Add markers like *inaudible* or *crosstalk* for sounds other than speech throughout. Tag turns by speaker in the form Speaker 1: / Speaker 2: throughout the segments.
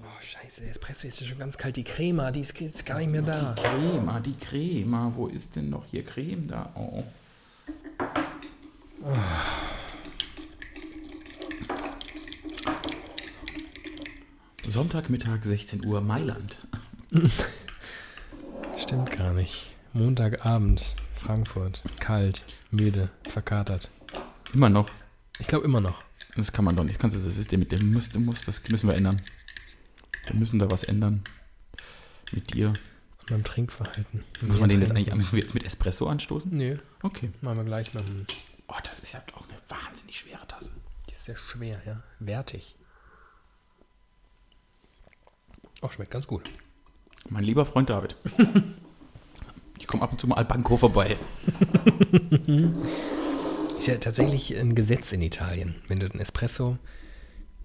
Speaker 1: Oh, scheiße, der Espresso ist ja schon ganz kalt. Die Crema, die ist, ist gar nicht mehr da.
Speaker 2: Die Crema, die Crema. Wo ist denn noch hier Creme da? Oh. Sonntagmittag 16 Uhr Mailand.
Speaker 1: Stimmt gar nicht. Montagabend, Frankfurt. Kalt, müde, verkatert.
Speaker 2: Immer noch.
Speaker 1: Ich glaube immer noch.
Speaker 2: Das kann man doch nicht. Kannst du das System mit dem musst, du musst, das müssen wir ändern. Wir müssen da was ändern. Mit dir.
Speaker 1: An meinem Trinkverhalten.
Speaker 2: Muss man den jetzt eigentlich, müssen wir jetzt mit Espresso anstoßen?
Speaker 1: Nö,
Speaker 2: Okay.
Speaker 1: machen wir gleich noch. einen.
Speaker 2: Oh, das ist ja auch eine wahnsinnig schwere Tasse.
Speaker 1: Die ist sehr schwer, ja. Wertig. Oh, schmeckt ganz gut.
Speaker 2: Mein lieber Freund
Speaker 1: *laughs*
Speaker 2: David. ich komme ab und zu mal Banco vorbei.
Speaker 1: Ist ja tatsächlich ein Gesetz in Italien. Wenn du den Espresso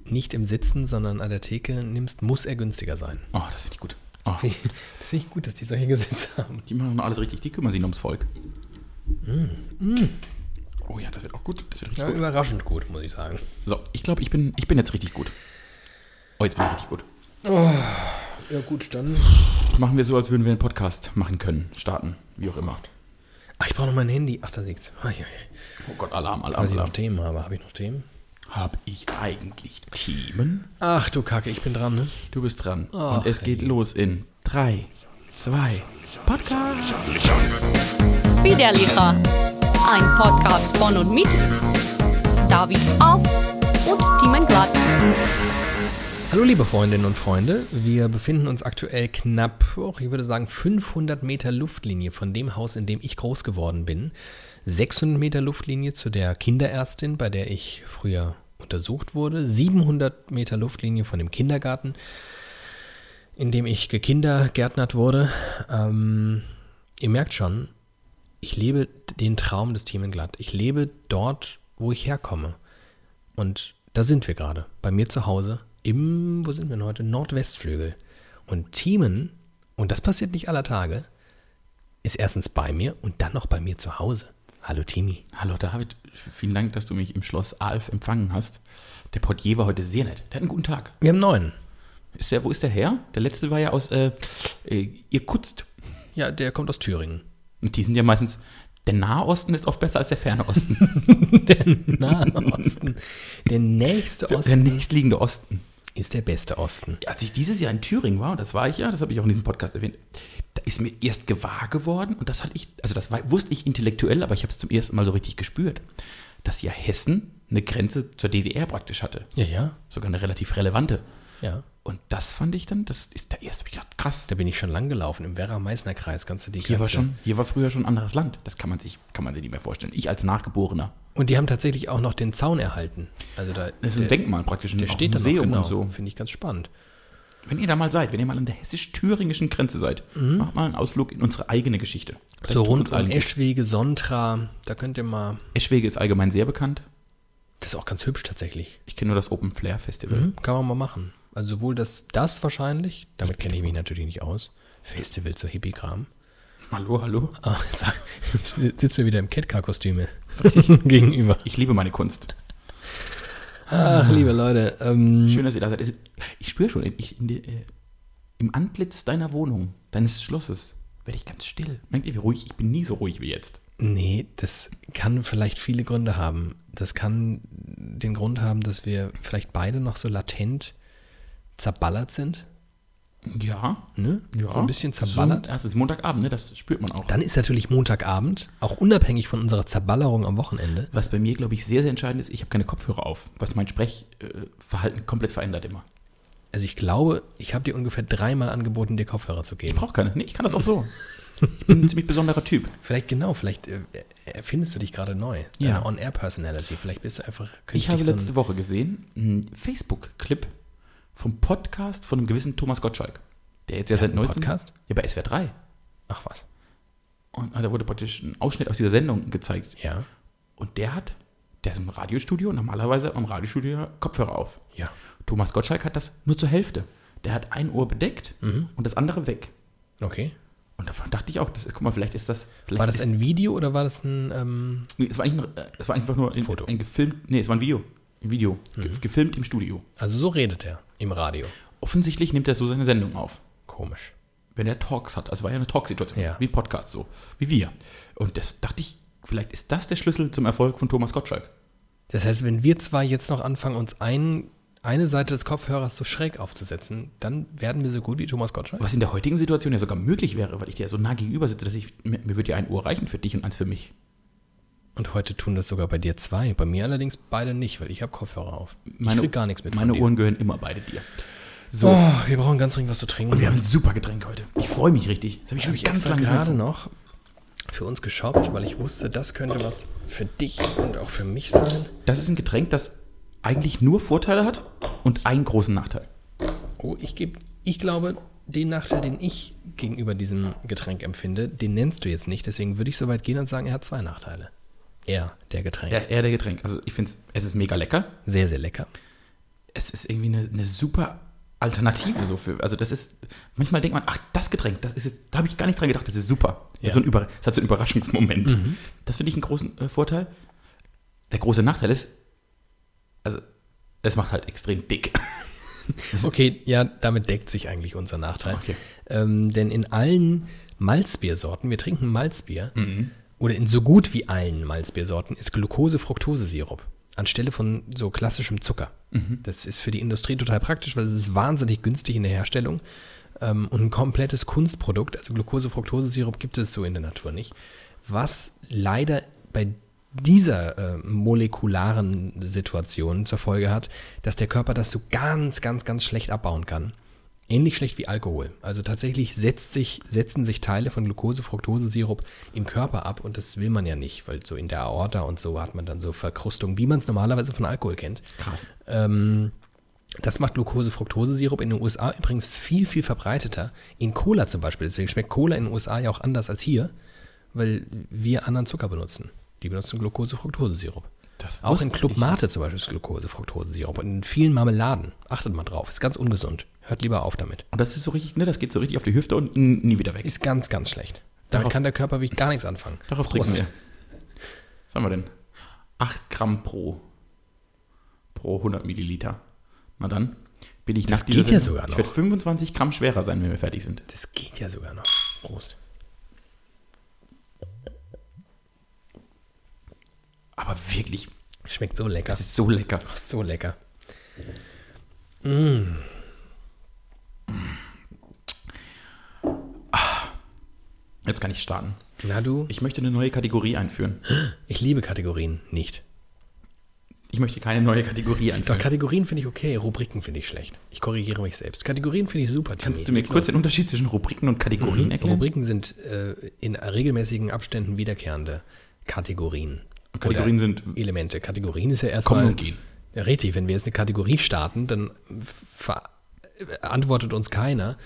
Speaker 1: nicht im Sitzen, sondern an der Theke nimmst, muss er günstiger sein. *laughs*
Speaker 2: Oh, das finde ich gut. Oh,
Speaker 1: Das finde ich gut, dass die solche Gesetze haben.
Speaker 2: die machen alles richtig. Die kümmern sich ums Volk. Oh ja, das wird auch gut. Das wird richtig
Speaker 1: Mm, Ja,
Speaker 2: gut.
Speaker 1: überraschend gut, muss ich sagen.
Speaker 2: So, ich glaube, ich bin, ich bin jetzt richtig gut. Oh, jetzt bin ich richtig gut.
Speaker 1: Ja, gut, dann.
Speaker 2: Machen wir so, als würden wir einen Podcast machen können, starten, wie auch immer.
Speaker 1: Ach, Ah, ich brauche noch mein Handy. Ach, da liegt's. Ai, ai, ai.
Speaker 2: Oh Gott, Alarm, Alarm,
Speaker 1: Weiß ich noch
Speaker 2: Alarm.
Speaker 1: Themen habe. Habe ich noch Themen?
Speaker 2: Hab ich eigentlich Themen?
Speaker 1: Ach du Kacke, ich bin dran, ne?
Speaker 2: Du bist dran.
Speaker 1: Ach,
Speaker 2: Und es geht los in 3, 2, Podcast.
Speaker 3: Widerlicher. Ein Podcast von und mit David Auf und Timon Glatt.
Speaker 1: Hallo liebe Freundinnen und Freunde, wir befinden uns aktuell knapp, oh, ich würde sagen 500 Meter Luftlinie von dem Haus, in dem ich groß geworden bin. 600 Meter Luftlinie zu der Kinderärztin, bei der ich früher untersucht wurde. 700 Meter Luftlinie von dem Kindergarten, in dem ich gekindergärtnert wurde. Ähm, ihr merkt schon, ich lebe den Traum des Team in Glatt. Ich lebe dort, wo ich herkomme. Und da sind wir gerade, bei mir zu Hause, im, wo sind wir denn heute? Nordwestflügel. Und Thiemen, und das passiert nicht aller Tage, ist erstens bei mir und dann noch bei mir zu Hause. Hallo Timi.
Speaker 2: Hallo David, vielen Dank, dass du mich im Schloss Alf empfangen hast. Der Portier war heute sehr nett. Der hat einen guten Tag.
Speaker 1: Wir haben neun.
Speaker 2: Ist der, wo ist der her? Der letzte war ja aus, äh, äh, ihr kutzt.
Speaker 1: Ja, der kommt aus Thüringen.
Speaker 2: Und die sind ja meistens, der Nahosten ist oft besser als der ferne Osten.
Speaker 1: Der nahe
Speaker 2: *laughs*
Speaker 1: Osten. Der nächste
Speaker 2: der
Speaker 1: Osten
Speaker 2: nächstliegende Osten.
Speaker 1: ist der beste Osten.
Speaker 2: Als ich dieses Jahr in Thüringen war, und das war ich ja, das habe ich auch in diesem Podcast erwähnt, da ist mir erst gewahr geworden, und das hatte ich, also das war, wusste ich intellektuell, aber ich habe es zum ersten Mal so richtig gespürt, dass ja Hessen eine Grenze zur DDR praktisch hatte.
Speaker 1: Ja, ja.
Speaker 2: Sogar eine relativ relevante.
Speaker 1: Ja.
Speaker 2: Und das fand ich dann, das ist der erste, hab ich gedacht, krass.
Speaker 1: Da bin ich schon lang gelaufen. Im Werra-Meißner-Kreis kannst du die
Speaker 2: Hier war,
Speaker 1: Grenze-
Speaker 2: schon, hier war früher schon ein anderes Land. Das kann man sich, kann man sich nicht mehr vorstellen. Ich als Nachgeborener.
Speaker 1: Und die haben tatsächlich auch noch den Zaun erhalten. Also da
Speaker 2: Das ist ein Denkmal praktisch.
Speaker 1: der
Speaker 2: auch
Speaker 1: steht da noch,
Speaker 2: Museum
Speaker 1: genau.
Speaker 2: und so.
Speaker 1: Finde ich ganz spannend.
Speaker 2: Wenn ihr da mal seid, wenn ihr mal an der hessisch-thüringischen Grenze seid,
Speaker 1: Mhm.
Speaker 2: macht mal einen Ausflug in unsere eigene Geschichte. Das
Speaker 1: so
Speaker 2: tut
Speaker 1: rund
Speaker 2: uns
Speaker 1: um
Speaker 2: allen gut.
Speaker 1: Eschwege, Sontra, da könnt ihr mal.
Speaker 2: Eschwege ist allgemein sehr bekannt.
Speaker 1: Das ist auch ganz hübsch tatsächlich.
Speaker 2: Ich kenne nur das Open Flair Festival.
Speaker 1: Hm? Kann man mal machen. Also sowohl das, das wahrscheinlich, damit kenne ich mich natürlich nicht aus. Festival zu Hippie-Kram.
Speaker 2: Hallo, hallo.
Speaker 1: Ah, *laughs* sag- jetzt sitzt mir wieder im Ketka-Kostüme *laughs* gegenüber.
Speaker 2: Ich liebe meine Kunst.
Speaker 1: Ach, liebe Leute. Ähm,
Speaker 2: Schön, dass ihr da seid. Es- Ich spüre schon, ich, in die, äh, im Antlitz deiner Wohnung, deines Schlosses, werde ich ganz still. Merkt ihr, wie ruhig? Ich bin nie so ruhig wie jetzt.
Speaker 1: nee, das kann vielleicht viele Gründe haben. Das kann den Grund haben, dass wir vielleicht beide noch so latent zerballert sind.
Speaker 2: Ja.
Speaker 1: Ne? Ein bisschen zerballert.
Speaker 2: So, das ist Montagabend, ne? das spürt man auch.
Speaker 1: Dann ist natürlich Montagabend, auch unabhängig von unserer Zerballerung am Wochenende.
Speaker 2: was bei mir, glaube ich, sehr, sehr entscheidend ist, ich habe keine Kopfhörer auf, was mein Sprechverhalten komplett verändert immer.
Speaker 1: Also ich glaube, ich habe dir ungefähr dreimal angeboten, dir Kopfhörer zu
Speaker 2: Ich
Speaker 1: geben.
Speaker 2: brauche keine. Nee, ich kann das auch so. Ich bin ein ziemlich besonderer Typ.
Speaker 1: Vielleicht genau, vielleicht äh, erfindest du dich gerade neu. Deine
Speaker 2: Ja.
Speaker 1: On-Air-Personality. Vielleicht bist du einfach
Speaker 2: *laughs* Ich
Speaker 1: künftig
Speaker 2: habe
Speaker 1: so ein-
Speaker 2: letzte Woche gesehen, einen Facebook-Clip vom Podcast von einem gewissen Thomas Gottschalk. Der jetzt ja
Speaker 1: Der
Speaker 2: seit
Speaker 1: hat einen
Speaker 2: neuestem.
Speaker 1: Podcast?
Speaker 2: Ja, bei SWR 3.
Speaker 1: Ach was.
Speaker 2: Und ah, da wurde praktisch ein Ausschnitt aus dieser Sendung gezeigt.
Speaker 1: Ja.
Speaker 2: Und der hat, der ist im Radiostudio, normalerweise am Radiostudio Kopfhörer auf.
Speaker 1: Ja.
Speaker 2: Thomas Gottschalk hat das nur zur Hälfte. Der hat ein Ohr bedeckt
Speaker 1: Mhm.
Speaker 2: und das andere weg.
Speaker 1: Okay.
Speaker 2: Und davon dachte ich auch, das, guck mal, vielleicht ist das. Vielleicht
Speaker 1: War das
Speaker 2: ist,
Speaker 1: ein Video oder war das ein. Ähm,
Speaker 2: nee, es, war eigentlich nur, äh, es war einfach nur ein,
Speaker 1: Foto. Mhm.
Speaker 2: ein gefilmt. Nee, es war ein Video. Ein Video. Ge- Gefilmt im Studio.
Speaker 1: also so redet er im Radio.
Speaker 2: Oh, offensichtlich nimmt er so seine Sendung auf.
Speaker 1: Komisch.
Speaker 2: Wenn er Talks hat. Also war ja eine Talksituation.
Speaker 1: Ja.
Speaker 2: Wie ein Podcast so. Wie wir. Und das dachte ich, vielleicht ist das der Schlüssel zum Erfolg von Thomas Gottschalk.
Speaker 1: Das heißt, wenn wir zwei jetzt noch anfangen, uns ein, eine Seite des Kopfhörers so schräg aufzusetzen, dann werden wir so gut wie Thomas Gottschalk.
Speaker 2: Was in der heutigen Situation ja sogar möglich wäre, weil ich dir ja so nah gegenüber sitze, dass ich, mir, mir würde ja ein Ohr reichen für dich und eins für mich.
Speaker 1: Und heute tun das sogar bei dir zwei. Bei mir allerdings beide nicht, weil ich habe Kopfhörer auf. ich
Speaker 2: Meine,
Speaker 1: krieg gar nichts mit
Speaker 2: Meine
Speaker 1: von dir.
Speaker 2: Ohren gehören immer beide dir.
Speaker 1: So. Oh, wir brauchen ganz dringend was zu trinken.
Speaker 2: Und wir haben ein super Getränk heute. Ich freue mich richtig. Das habe ich
Speaker 1: habe
Speaker 2: schon
Speaker 1: ich
Speaker 2: ganz
Speaker 1: extra
Speaker 2: lange
Speaker 1: gerade
Speaker 2: gehabt.
Speaker 1: noch für uns geshoppt, weil ich wusste, das könnte was für dich und auch für mich sein.
Speaker 2: Das ist ein Getränk, das eigentlich nur Vorteile hat und einen großen Nachteil.
Speaker 1: Oh, ich gebe, ich glaube, den Nachteil, den ich gegenüber diesem Getränk empfinde, den nennst du jetzt nicht. Deswegen würde ich so weit gehen und sagen, er hat zwei Nachteile. Er, der Getränk.
Speaker 2: Ja, eher der Getränk. Also ich finde es, es ist mega lecker.
Speaker 1: Sehr, sehr lecker.
Speaker 2: Es ist irgendwie eine, eine super Alternative so für. Also das ist, manchmal denkt man, ach, das Getränk, das ist jetzt, da habe ich gar nicht dran gedacht, das ist super. Das,
Speaker 1: Ja. Mhm.
Speaker 2: ist so ein Über, das hat so einen Überraschungsmoment. Das finde ich einen großen äh, Vorteil. Der große Nachteil ist, also es macht halt extrem dick.
Speaker 1: Okay, ja, damit deckt sich eigentlich unser Nachteil.
Speaker 2: Okay.
Speaker 1: Ähm, denn in allen Malzbiersorten, wir trinken Malzbier, oder in so gut wie allen Malzbiersorten ist Glucose-Fructose-Sirup anstelle von so klassischem Zucker. Das ist für die Industrie total praktisch, weil es ist wahnsinnig günstig in der Herstellung. Ähm, und ein komplettes Kunstprodukt, also Glucose-Fructose-Sirup gibt es so in der Natur nicht. Was leider bei dieser äh, molekularen Situation zur Folge hat, dass der Körper das so ganz, ganz, ganz schlecht abbauen kann. Ähnlich schlecht wie Alkohol. Also tatsächlich setzt sich, setzen sich Teile von Glucose, Fructose, Sirup im Körper ab und das will man ja nicht, weil so in der Aorta und so hat man dann so Verkrustung, wie man es normalerweise von Alkohol kennt.
Speaker 2: Krass.
Speaker 1: Ähm, das macht Glucose-Fructose-Sirup in den USA übrigens viel, viel verbreiteter. In Cola zum Beispiel. Deswegen schmeckt Cola in den USA ja auch anders als hier, weil wir anderen Zucker benutzen. Die benutzen Glucose-Fructose-Sirup.
Speaker 2: Das
Speaker 1: Auch
Speaker 2: wusste
Speaker 1: in Club
Speaker 2: ich.
Speaker 1: Mate zum Beispiel ist Glucose-Fructose-Sirup. Und in vielen Marmeladen. Achtet mal drauf. Ist ganz ungesund. Hört lieber auf damit.
Speaker 2: Und das ist so richtig, ne, das geht so richtig auf die Hüfte und n- nie wieder weg.
Speaker 1: Ist ganz, ganz schlecht. Damit
Speaker 2: Darauf-
Speaker 1: kann der Körper wirklich gar nichts anfangen.
Speaker 2: Darauf
Speaker 1: Prost.
Speaker 2: trinken wir. Was haben wir denn? 8 Gramm pro. Pro 100 Milliliter. Na dann bin ich
Speaker 1: Das
Speaker 2: nach dieser
Speaker 1: geht ja
Speaker 2: Sendung-
Speaker 1: sogar noch.
Speaker 2: Ich werde 25 Gramm schwerer sein, wenn wir fertig sind.
Speaker 1: Das geht ja sogar noch. Prost.
Speaker 2: Aber wirklich,
Speaker 1: Schmeckt so lecker.
Speaker 2: das ist so lecker.
Speaker 1: Ach, so lecker.
Speaker 2: Jetzt kann ich starten.
Speaker 1: Na du, ich,
Speaker 2: Ich möchte eine neue Kategorie einführen.
Speaker 1: ich liebe Kategorien nicht.
Speaker 2: Ich möchte keine neue Kategorie
Speaker 1: Doch,
Speaker 2: einführen.
Speaker 1: Kategorien finde ich okay, Rubriken finde ich schlecht. Ich korrigiere mich selbst. Kategorien finde ich Mhm, super, Timmy.
Speaker 2: Kannst du mir kurz den Unterschied zwischen Rubriken und Kategorien erklären?
Speaker 1: Rubriken sind äh, in regelmäßigen Abständen wiederkehrende Kategorien.
Speaker 2: Und Kategorien
Speaker 1: Oder
Speaker 2: sind-
Speaker 1: Elemente. Kategorien ist ja erstmal.
Speaker 2: Kommen und gehen.
Speaker 1: Ja, richtig, wenn wir jetzt eine Kategorie starten, dann ver- antwortet uns keiner.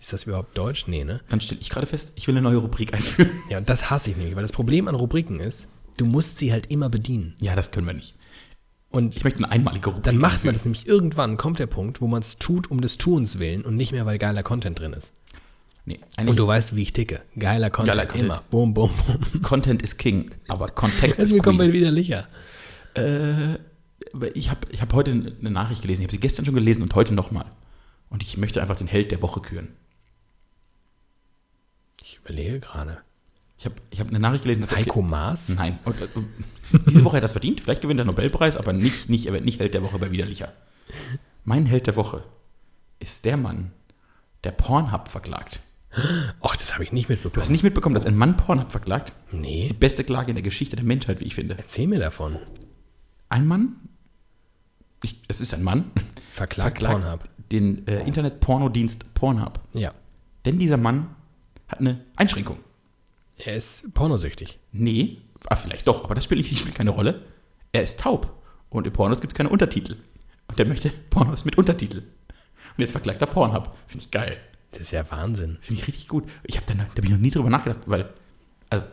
Speaker 1: Ist das überhaupt Deutsch? Nee, ne?
Speaker 2: Dann stelle ich gerade fest, ich will eine neue Rubrik einführen. *laughs*
Speaker 1: Ja, und das hasse ich nämlich, weil das Problem an Rubriken ist, du musst sie halt immer bedienen.
Speaker 2: Ja, das können wir nicht.
Speaker 1: Und
Speaker 2: Ich möchte eine einmalige Rubrik
Speaker 1: dann macht man
Speaker 2: einführen.
Speaker 1: das nämlich irgendwann, kommt der Punkt, wo man es tut um des Tuns willen und nicht mehr, weil geiler Content drin ist.
Speaker 2: Nee,
Speaker 1: Und
Speaker 2: eigentlich
Speaker 1: du weißt, wie ich ticke. Geiler Content.
Speaker 2: Geiler Content.
Speaker 1: Immer. Boom, boom, boom.
Speaker 2: Content ist King, aber Kontext ist
Speaker 1: Herzlich willkommen
Speaker 2: Queen.
Speaker 1: bei Widerlicher.
Speaker 2: Aber Ich habe ich hab heute eine Nachricht gelesen. Ich habe sie gestern schon gelesen und heute nochmal. Und ich möchte einfach den Held der Woche küren.
Speaker 1: Ich überlege gerade.
Speaker 2: Ich habe ich hab eine Nachricht gelesen. dass-
Speaker 1: Heiko Maas?
Speaker 2: Nein. Und, äh, diese Woche hat er das verdient. Vielleicht gewinnt er den Nobelpreis, aber nicht, nicht, er wird nicht Held der Woche bei Widerlicher. Mein Held der Woche ist der Mann, der Pornhub verklagt.
Speaker 1: Och, das habe ich nicht
Speaker 2: Du hast
Speaker 1: mitbekommen.
Speaker 2: nicht mitbekommen, dass ein Mann Pornhub verklagt? Das ist
Speaker 1: Nee,
Speaker 2: die beste Klage in der Geschichte der Menschheit, wie ich finde.
Speaker 1: erzähl mir davon.
Speaker 2: Ein Mann, ich, es ist ein Mann,
Speaker 1: Verklagt, Pornhub.
Speaker 2: den äh, Internet-Pornodienst Pornhub.
Speaker 1: Ja.
Speaker 2: Denn dieser Mann hat eine Einschränkung.
Speaker 1: Er ist pornosüchtig.
Speaker 2: Nee, ah, vielleicht doch, aber das spielt, nicht- spielt keine Rolle. Er ist taub und in Pornos gibt es keine Untertitel. Und er möchte *laughs* Pornos mit Untertitel. Und jetzt verklagt er Pornhub. Finde ich geil.
Speaker 1: Das ist ja Wahnsinn.
Speaker 2: Finde ich richtig gut. Ich habe da, noch- da bin ich noch nie drüber nachgedacht, weil also,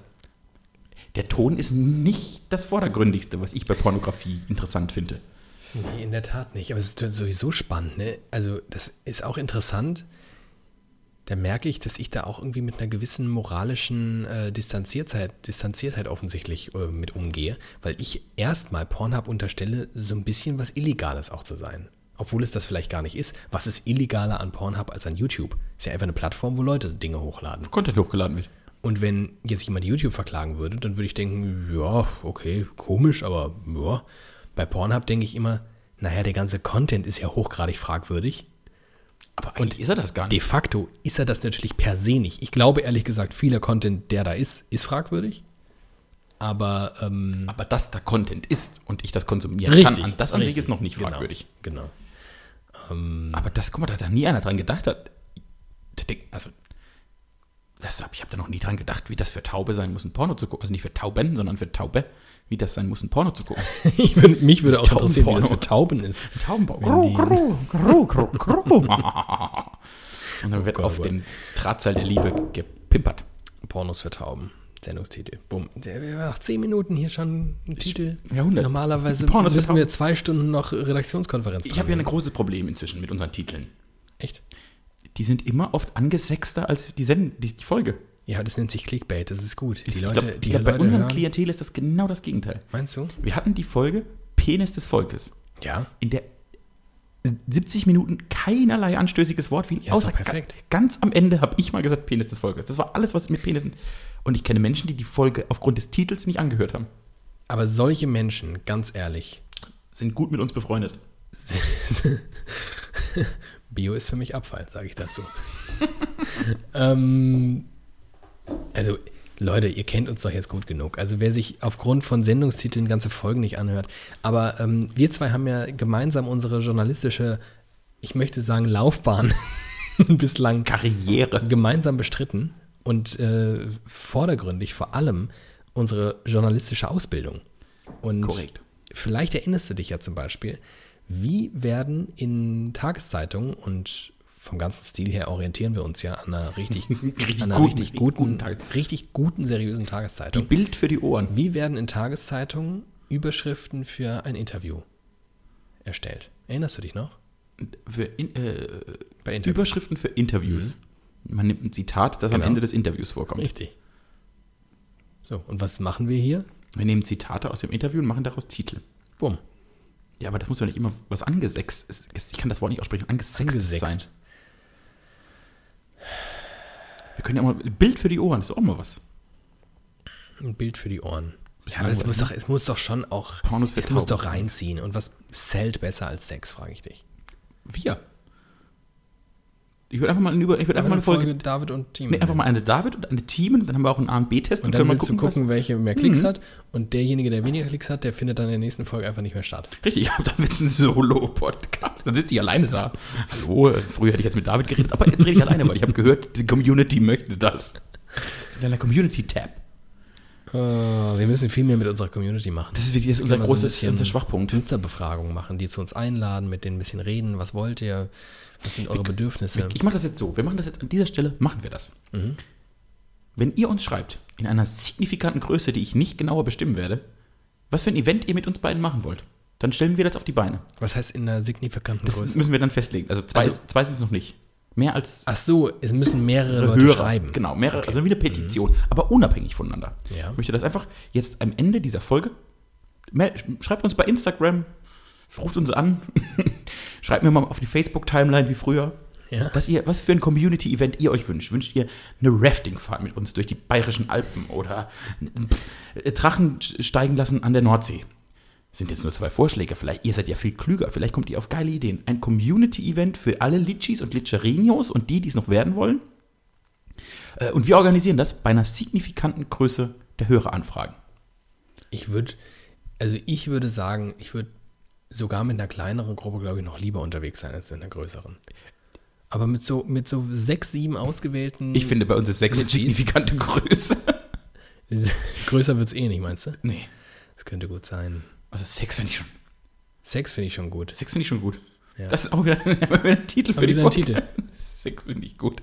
Speaker 2: der Ton ist nicht das Vordergründigste, was ich bei Pornografie interessant finde.
Speaker 1: Nee, in der Tat nicht. Aber es ist sowieso spannend, ne? Also, das ist auch interessant. Da merke ich, dass ich da auch irgendwie mit einer gewissen moralischen äh, Distanziertheit, Distanziertheit offensichtlich äh, mit umgehe, weil ich erstmal Pornhub unterstelle, so ein bisschen was Illegales auch zu sein. obwohl es das vielleicht gar nicht ist. Was ist illegaler an Pornhub als an YouTube? Ist ja einfach eine Plattform, wo Leute Dinge hochladen.
Speaker 2: Content hochgeladen wird.
Speaker 1: Und wenn jetzt jemand YouTube verklagen würde, dann würde ich denken, ja, okay, komisch, aber ja. Bei Pornhub denke ich immer, naja, der ganze Content ist ja hochgradig fragwürdig.
Speaker 2: Aber eigentlich ist er das gar
Speaker 1: De facto ist er das natürlich per se nicht. Ich glaube ehrlich gesagt, vieler Content, der da ist, ist fragwürdig. Aber ähm,
Speaker 2: Aber dass da Content ist und ich das konsumieren kann, an- das an sich
Speaker 1: richtig,
Speaker 2: ist noch nicht fragwürdig.
Speaker 1: Genau. *laughs* genau.
Speaker 2: Aber das, guck mal, da hat da nie einer dran gedacht hat. Der denkt, Also, das hab, ich habe da noch nie dran gedacht, wie das für Taube sein muss, ein Porno zu gucken. Also nicht für Tauben, sondern für Taube, wie das sein muss, ein Porno zu gucken.
Speaker 1: Ich würd, mich würde auch interessieren, wie das
Speaker 2: Taubenporno.
Speaker 1: mit Tauben ist.
Speaker 2: Taubenbau.
Speaker 1: Wenn die-
Speaker 2: *laughs* Und dann wird
Speaker 1: Gott,
Speaker 2: auf
Speaker 1: oh Gott.
Speaker 2: dem Drahtseil der Liebe gepimpert.
Speaker 1: Pornos für Tauben. Sendungstitel. Bumm. Der- Nach zehn Minuten hier schon ein Titel.
Speaker 2: Jahrhundert.
Speaker 1: Normalerweise
Speaker 2: Pornos für
Speaker 1: müssen wir
Speaker 2: Tauben.
Speaker 1: zwei Stunden noch Redaktionskonferenz
Speaker 2: Ich habe ja ein
Speaker 1: dranhängen.
Speaker 2: großes Problem inzwischen mit unseren Titeln.
Speaker 1: Echt?
Speaker 2: Die sind immer oft angesexter als die, Send die, die Folge.
Speaker 1: Ja, das nennt sich Clickbait. Das ist gut.
Speaker 2: Ich
Speaker 1: Die
Speaker 2: glaub-
Speaker 1: Leute,
Speaker 2: ich
Speaker 1: die
Speaker 2: glaub, bei
Speaker 1: Leute
Speaker 2: unserem
Speaker 1: hören-
Speaker 2: Klientel ist das genau das Gegenteil.
Speaker 1: Meinst du?
Speaker 2: Wir hatten die Folge Penis des Volkes,
Speaker 1: Ja.
Speaker 2: in der 70 Minuten keinerlei anstößiges Wort fiel.
Speaker 1: Ja, ist doch perfekt.
Speaker 2: Ganz am Ende habe ich mal gesagt Penis des Volkes. Das war alles, was mit Penissen. Und ich kenne Menschen, die die Folge aufgrund des Titels nicht angehört haben.
Speaker 1: Aber solche Menschen, ganz ehrlich,
Speaker 2: Sind gut mit uns befreundet.
Speaker 1: Bio ist für mich Abfall, sage ich dazu. *laughs* ähm, also, Leute, ihr kennt uns doch jetzt gut genug. Also, wer sich aufgrund von Sendungstiteln ganze Folgen nicht anhört. Aber ähm, wir zwei haben ja gemeinsam unsere journalistische, ich möchte sagen, Laufbahn *laughs* bislang
Speaker 2: Karriere.
Speaker 1: gemeinsam bestritten und äh, vordergründig vor allem unsere journalistische Ausbildung. Und
Speaker 2: Korrekt.
Speaker 1: vielleicht erinnerst du dich ja zum Beispiel, wie werden in Tageszeitungen und vom ganzen Stil her orientieren wir uns ja an einer
Speaker 2: *laughs*
Speaker 1: richtig,
Speaker 2: Richtig
Speaker 1: an einer
Speaker 2: guten,
Speaker 1: richtig,
Speaker 2: richtig
Speaker 1: guten,
Speaker 2: guten Tag-
Speaker 1: richtig guten, seriösen
Speaker 2: Die
Speaker 1: Tageszeitung.
Speaker 2: Bild für die Ohren.
Speaker 1: Wie werden in Tageszeitungen Überschriften für ein Interview erstellt? Erinnerst du dich noch?
Speaker 2: Für in, äh,
Speaker 1: Bei Interviews.
Speaker 2: Überschriften für Interviews. Man nimmt ein Zitat, das
Speaker 1: Mhm. Genau.
Speaker 2: am Ende des Interviews vorkommt.
Speaker 1: Richtig. So, und was machen wir hier?
Speaker 2: Wir nehmen Zitate aus dem Interview und machen daraus Titel.
Speaker 1: Bumm.
Speaker 2: Ja, aber das muss doch nicht immer was angesext. ist. Ich kann das Wort nicht aussprechen. Angesext,
Speaker 1: Angesext.
Speaker 2: sein. Wir können ja auch mal Bild für die Ohren, ist auch mal was.
Speaker 1: Ein Bild für die Ohren.
Speaker 2: Bisschen
Speaker 1: Ja, aber es
Speaker 2: langweilig,
Speaker 1: muss,
Speaker 2: ne?
Speaker 1: doch, es muss doch schon auch.
Speaker 2: Pornos für
Speaker 1: es muss
Speaker 2: Tauben.
Speaker 1: doch reinziehen. Und was zählt besser als Sex, frage ich dich.
Speaker 2: Wir. Ich würde einfach mal, eine über, ich würde einfach mal eine Folge.
Speaker 1: David und Team.
Speaker 2: Nee, einfach mal eine David und eine Team und dann haben wir auch einen A und B-Test
Speaker 1: und dann
Speaker 2: wir Mhm.
Speaker 1: willst du gucken, welche mehr Klicks hat. Und derjenige, der weniger Klicks hat, der findet dann in der nächsten Folge einfach nicht mehr statt.
Speaker 2: Was, richtig, *laughs* ja, dann wird es ein Solo-Podcast. Dann sitze ich alleine da. Hallo, äh, früher hätte ich jetzt mit David geredet, aber jetzt rede ich alleine, weil ich habe gehört, die Community möchte das. Das ist ein Community-Tab.
Speaker 1: Äh, wir müssen viel mehr mit unserer Community machen.
Speaker 2: Das ist wirklich das ist unser
Speaker 1: Können wir so ein
Speaker 2: großes,
Speaker 1: bisschen
Speaker 2: unser Schwachpunkt.
Speaker 1: Nutzerbefragungen machen, die zu uns einladen, mit denen ein bisschen reden. Was wollt ihr? Was sind eure Bedürfnisse?
Speaker 2: Ich mache das jetzt so. Wir machen das jetzt an dieser Stelle, machen wir das.
Speaker 1: Mhm.
Speaker 2: Wenn ihr uns schreibt, in einer signifikanten Größe, die ich nicht genauer bestimmen werde, was für ein Event ihr mit uns beiden machen wollt, dann stellen wir das auf die Beine.
Speaker 1: Was heißt in einer signifikanten
Speaker 2: Das
Speaker 1: Größe?
Speaker 2: müssen wir dann festlegen. Also zwei,
Speaker 1: Also-
Speaker 2: zwei sind es noch nicht. Mehr als
Speaker 1: Ach so, es müssen mehrere Leute schreiben. Mhm.
Speaker 2: Genau, mehrere, also wieder Petition, aber unabhängig voneinander.
Speaker 1: Ja.
Speaker 2: Ich möchte das einfach jetzt am Ende dieser Folge. mel- Schreibt uns bei Instagram, ruft uns an, *laughs* schreibt mir mal auf die Facebook-Timeline wie früher.
Speaker 1: Ja.
Speaker 2: Was, ihr, was für ein Community-Event ihr euch wünscht. Wünscht ihr eine Rafting-Fahrt mit uns durch die bayerischen Alpen oder äh, Drachen steigen lassen an der Nordsee? Sind jetzt nur zwei Vorschläge. Vielleicht, ihr seid ja viel klüger. Vielleicht kommt ihr auf geile Ideen. Ein Community-Event für alle Litschis und Litscherinos und die, die es noch werden wollen. Äh, Und wir organisieren das bei einer signifikanten Größe der Höreranfragen.
Speaker 1: Ich würde, also ich würde sagen, ich würde sogar mit einer kleineren Gruppe, glaube ich, noch lieber unterwegs sein als mit einer größeren. Aber mit so, mit so sechs, sieben ausgewählten.
Speaker 2: Ich finde, bei uns ist sechs eine
Speaker 1: Mhm. Litschis?
Speaker 2: signifikante Größe.
Speaker 1: *laughs* größer wird es eh nicht, meinst du?
Speaker 2: Nee.
Speaker 1: Das könnte gut sein.
Speaker 2: Also sechs finde ich schon.
Speaker 1: Sechs finde ich schon gut.
Speaker 2: Sechs finde ich schon gut.
Speaker 1: Ja.
Speaker 2: Das ist auch wieder *laughs* ein Titel für
Speaker 1: Haben die
Speaker 2: die
Speaker 1: da einen
Speaker 2: Folge.
Speaker 1: Titel?
Speaker 2: Sechs finde ich gut.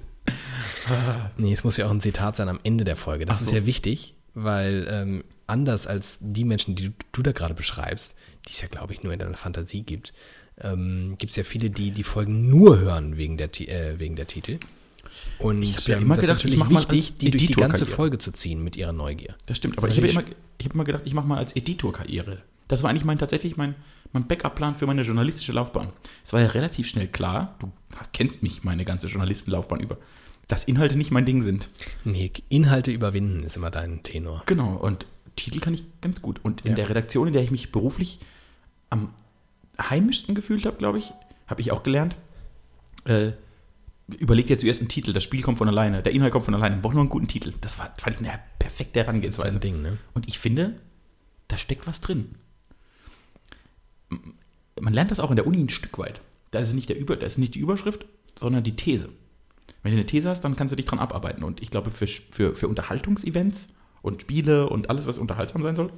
Speaker 1: Nee, es muss ja auch ein Zitat sein am Ende der Folge. Das
Speaker 2: Ach
Speaker 1: ist
Speaker 2: so.
Speaker 1: ja wichtig, weil ähm, anders als die Menschen, die du, du da gerade beschreibst, die es ja, glaube ich, nur in deiner Fantasie gibt, ähm, gibt es ja viele, die die Folgen nur hören wegen der, Ti- äh, wegen der Titel. Und ähm,
Speaker 2: Ich hab ja immer
Speaker 1: das ist
Speaker 2: gedacht,
Speaker 1: natürlich
Speaker 2: ich mach mal
Speaker 1: wichtig,
Speaker 2: als
Speaker 1: die durch die
Speaker 2: Editor
Speaker 1: ganze
Speaker 2: Karriere.
Speaker 1: Folge zu ziehen mit ihrer Neugier.
Speaker 2: Das stimmt,
Speaker 1: Das
Speaker 2: aber
Speaker 1: ist
Speaker 2: ich habe
Speaker 1: natürlich
Speaker 2: immer, ich hab immer gedacht, ich mache mal als Editor Karriere. Das war eigentlich mein tatsächlich mein, mein Backup-Plan für meine journalistische Laufbahn. Es war ja relativ schnell klar, du kennst mich meine ganze Journalistenlaufbahn über, dass Inhalte nicht mein Ding sind.
Speaker 1: Nee, Inhalte überwinden ist immer dein Tenor.
Speaker 2: Genau, und Titel kann ich ganz gut. Und in
Speaker 1: Ja.
Speaker 2: der Redaktion, in der ich mich beruflich am heimischsten gefühlt habe, glaube ich, habe ich auch gelernt, äh, überleg dir zuerst einen Titel, das Spiel kommt von alleine, der Inhalt kommt von alleine, brauch nur einen guten Titel. Das war, fand ich eine perfekte
Speaker 1: Das ist
Speaker 2: Herangehensweise.
Speaker 1: ein Ding, ne?
Speaker 2: Und ich finde, da steckt was drin. M- Man lernt das auch in der Uni ein Stück weit. Da ist es nicht, der Über, da ist nicht die Überschrift, sondern die These. Wenn du eine These hast, dann kannst du dich dran abarbeiten. Und ich glaube, für, Sch- für, für Unterhaltungsevents und Spiele und alles, was unterhaltsam sein soll,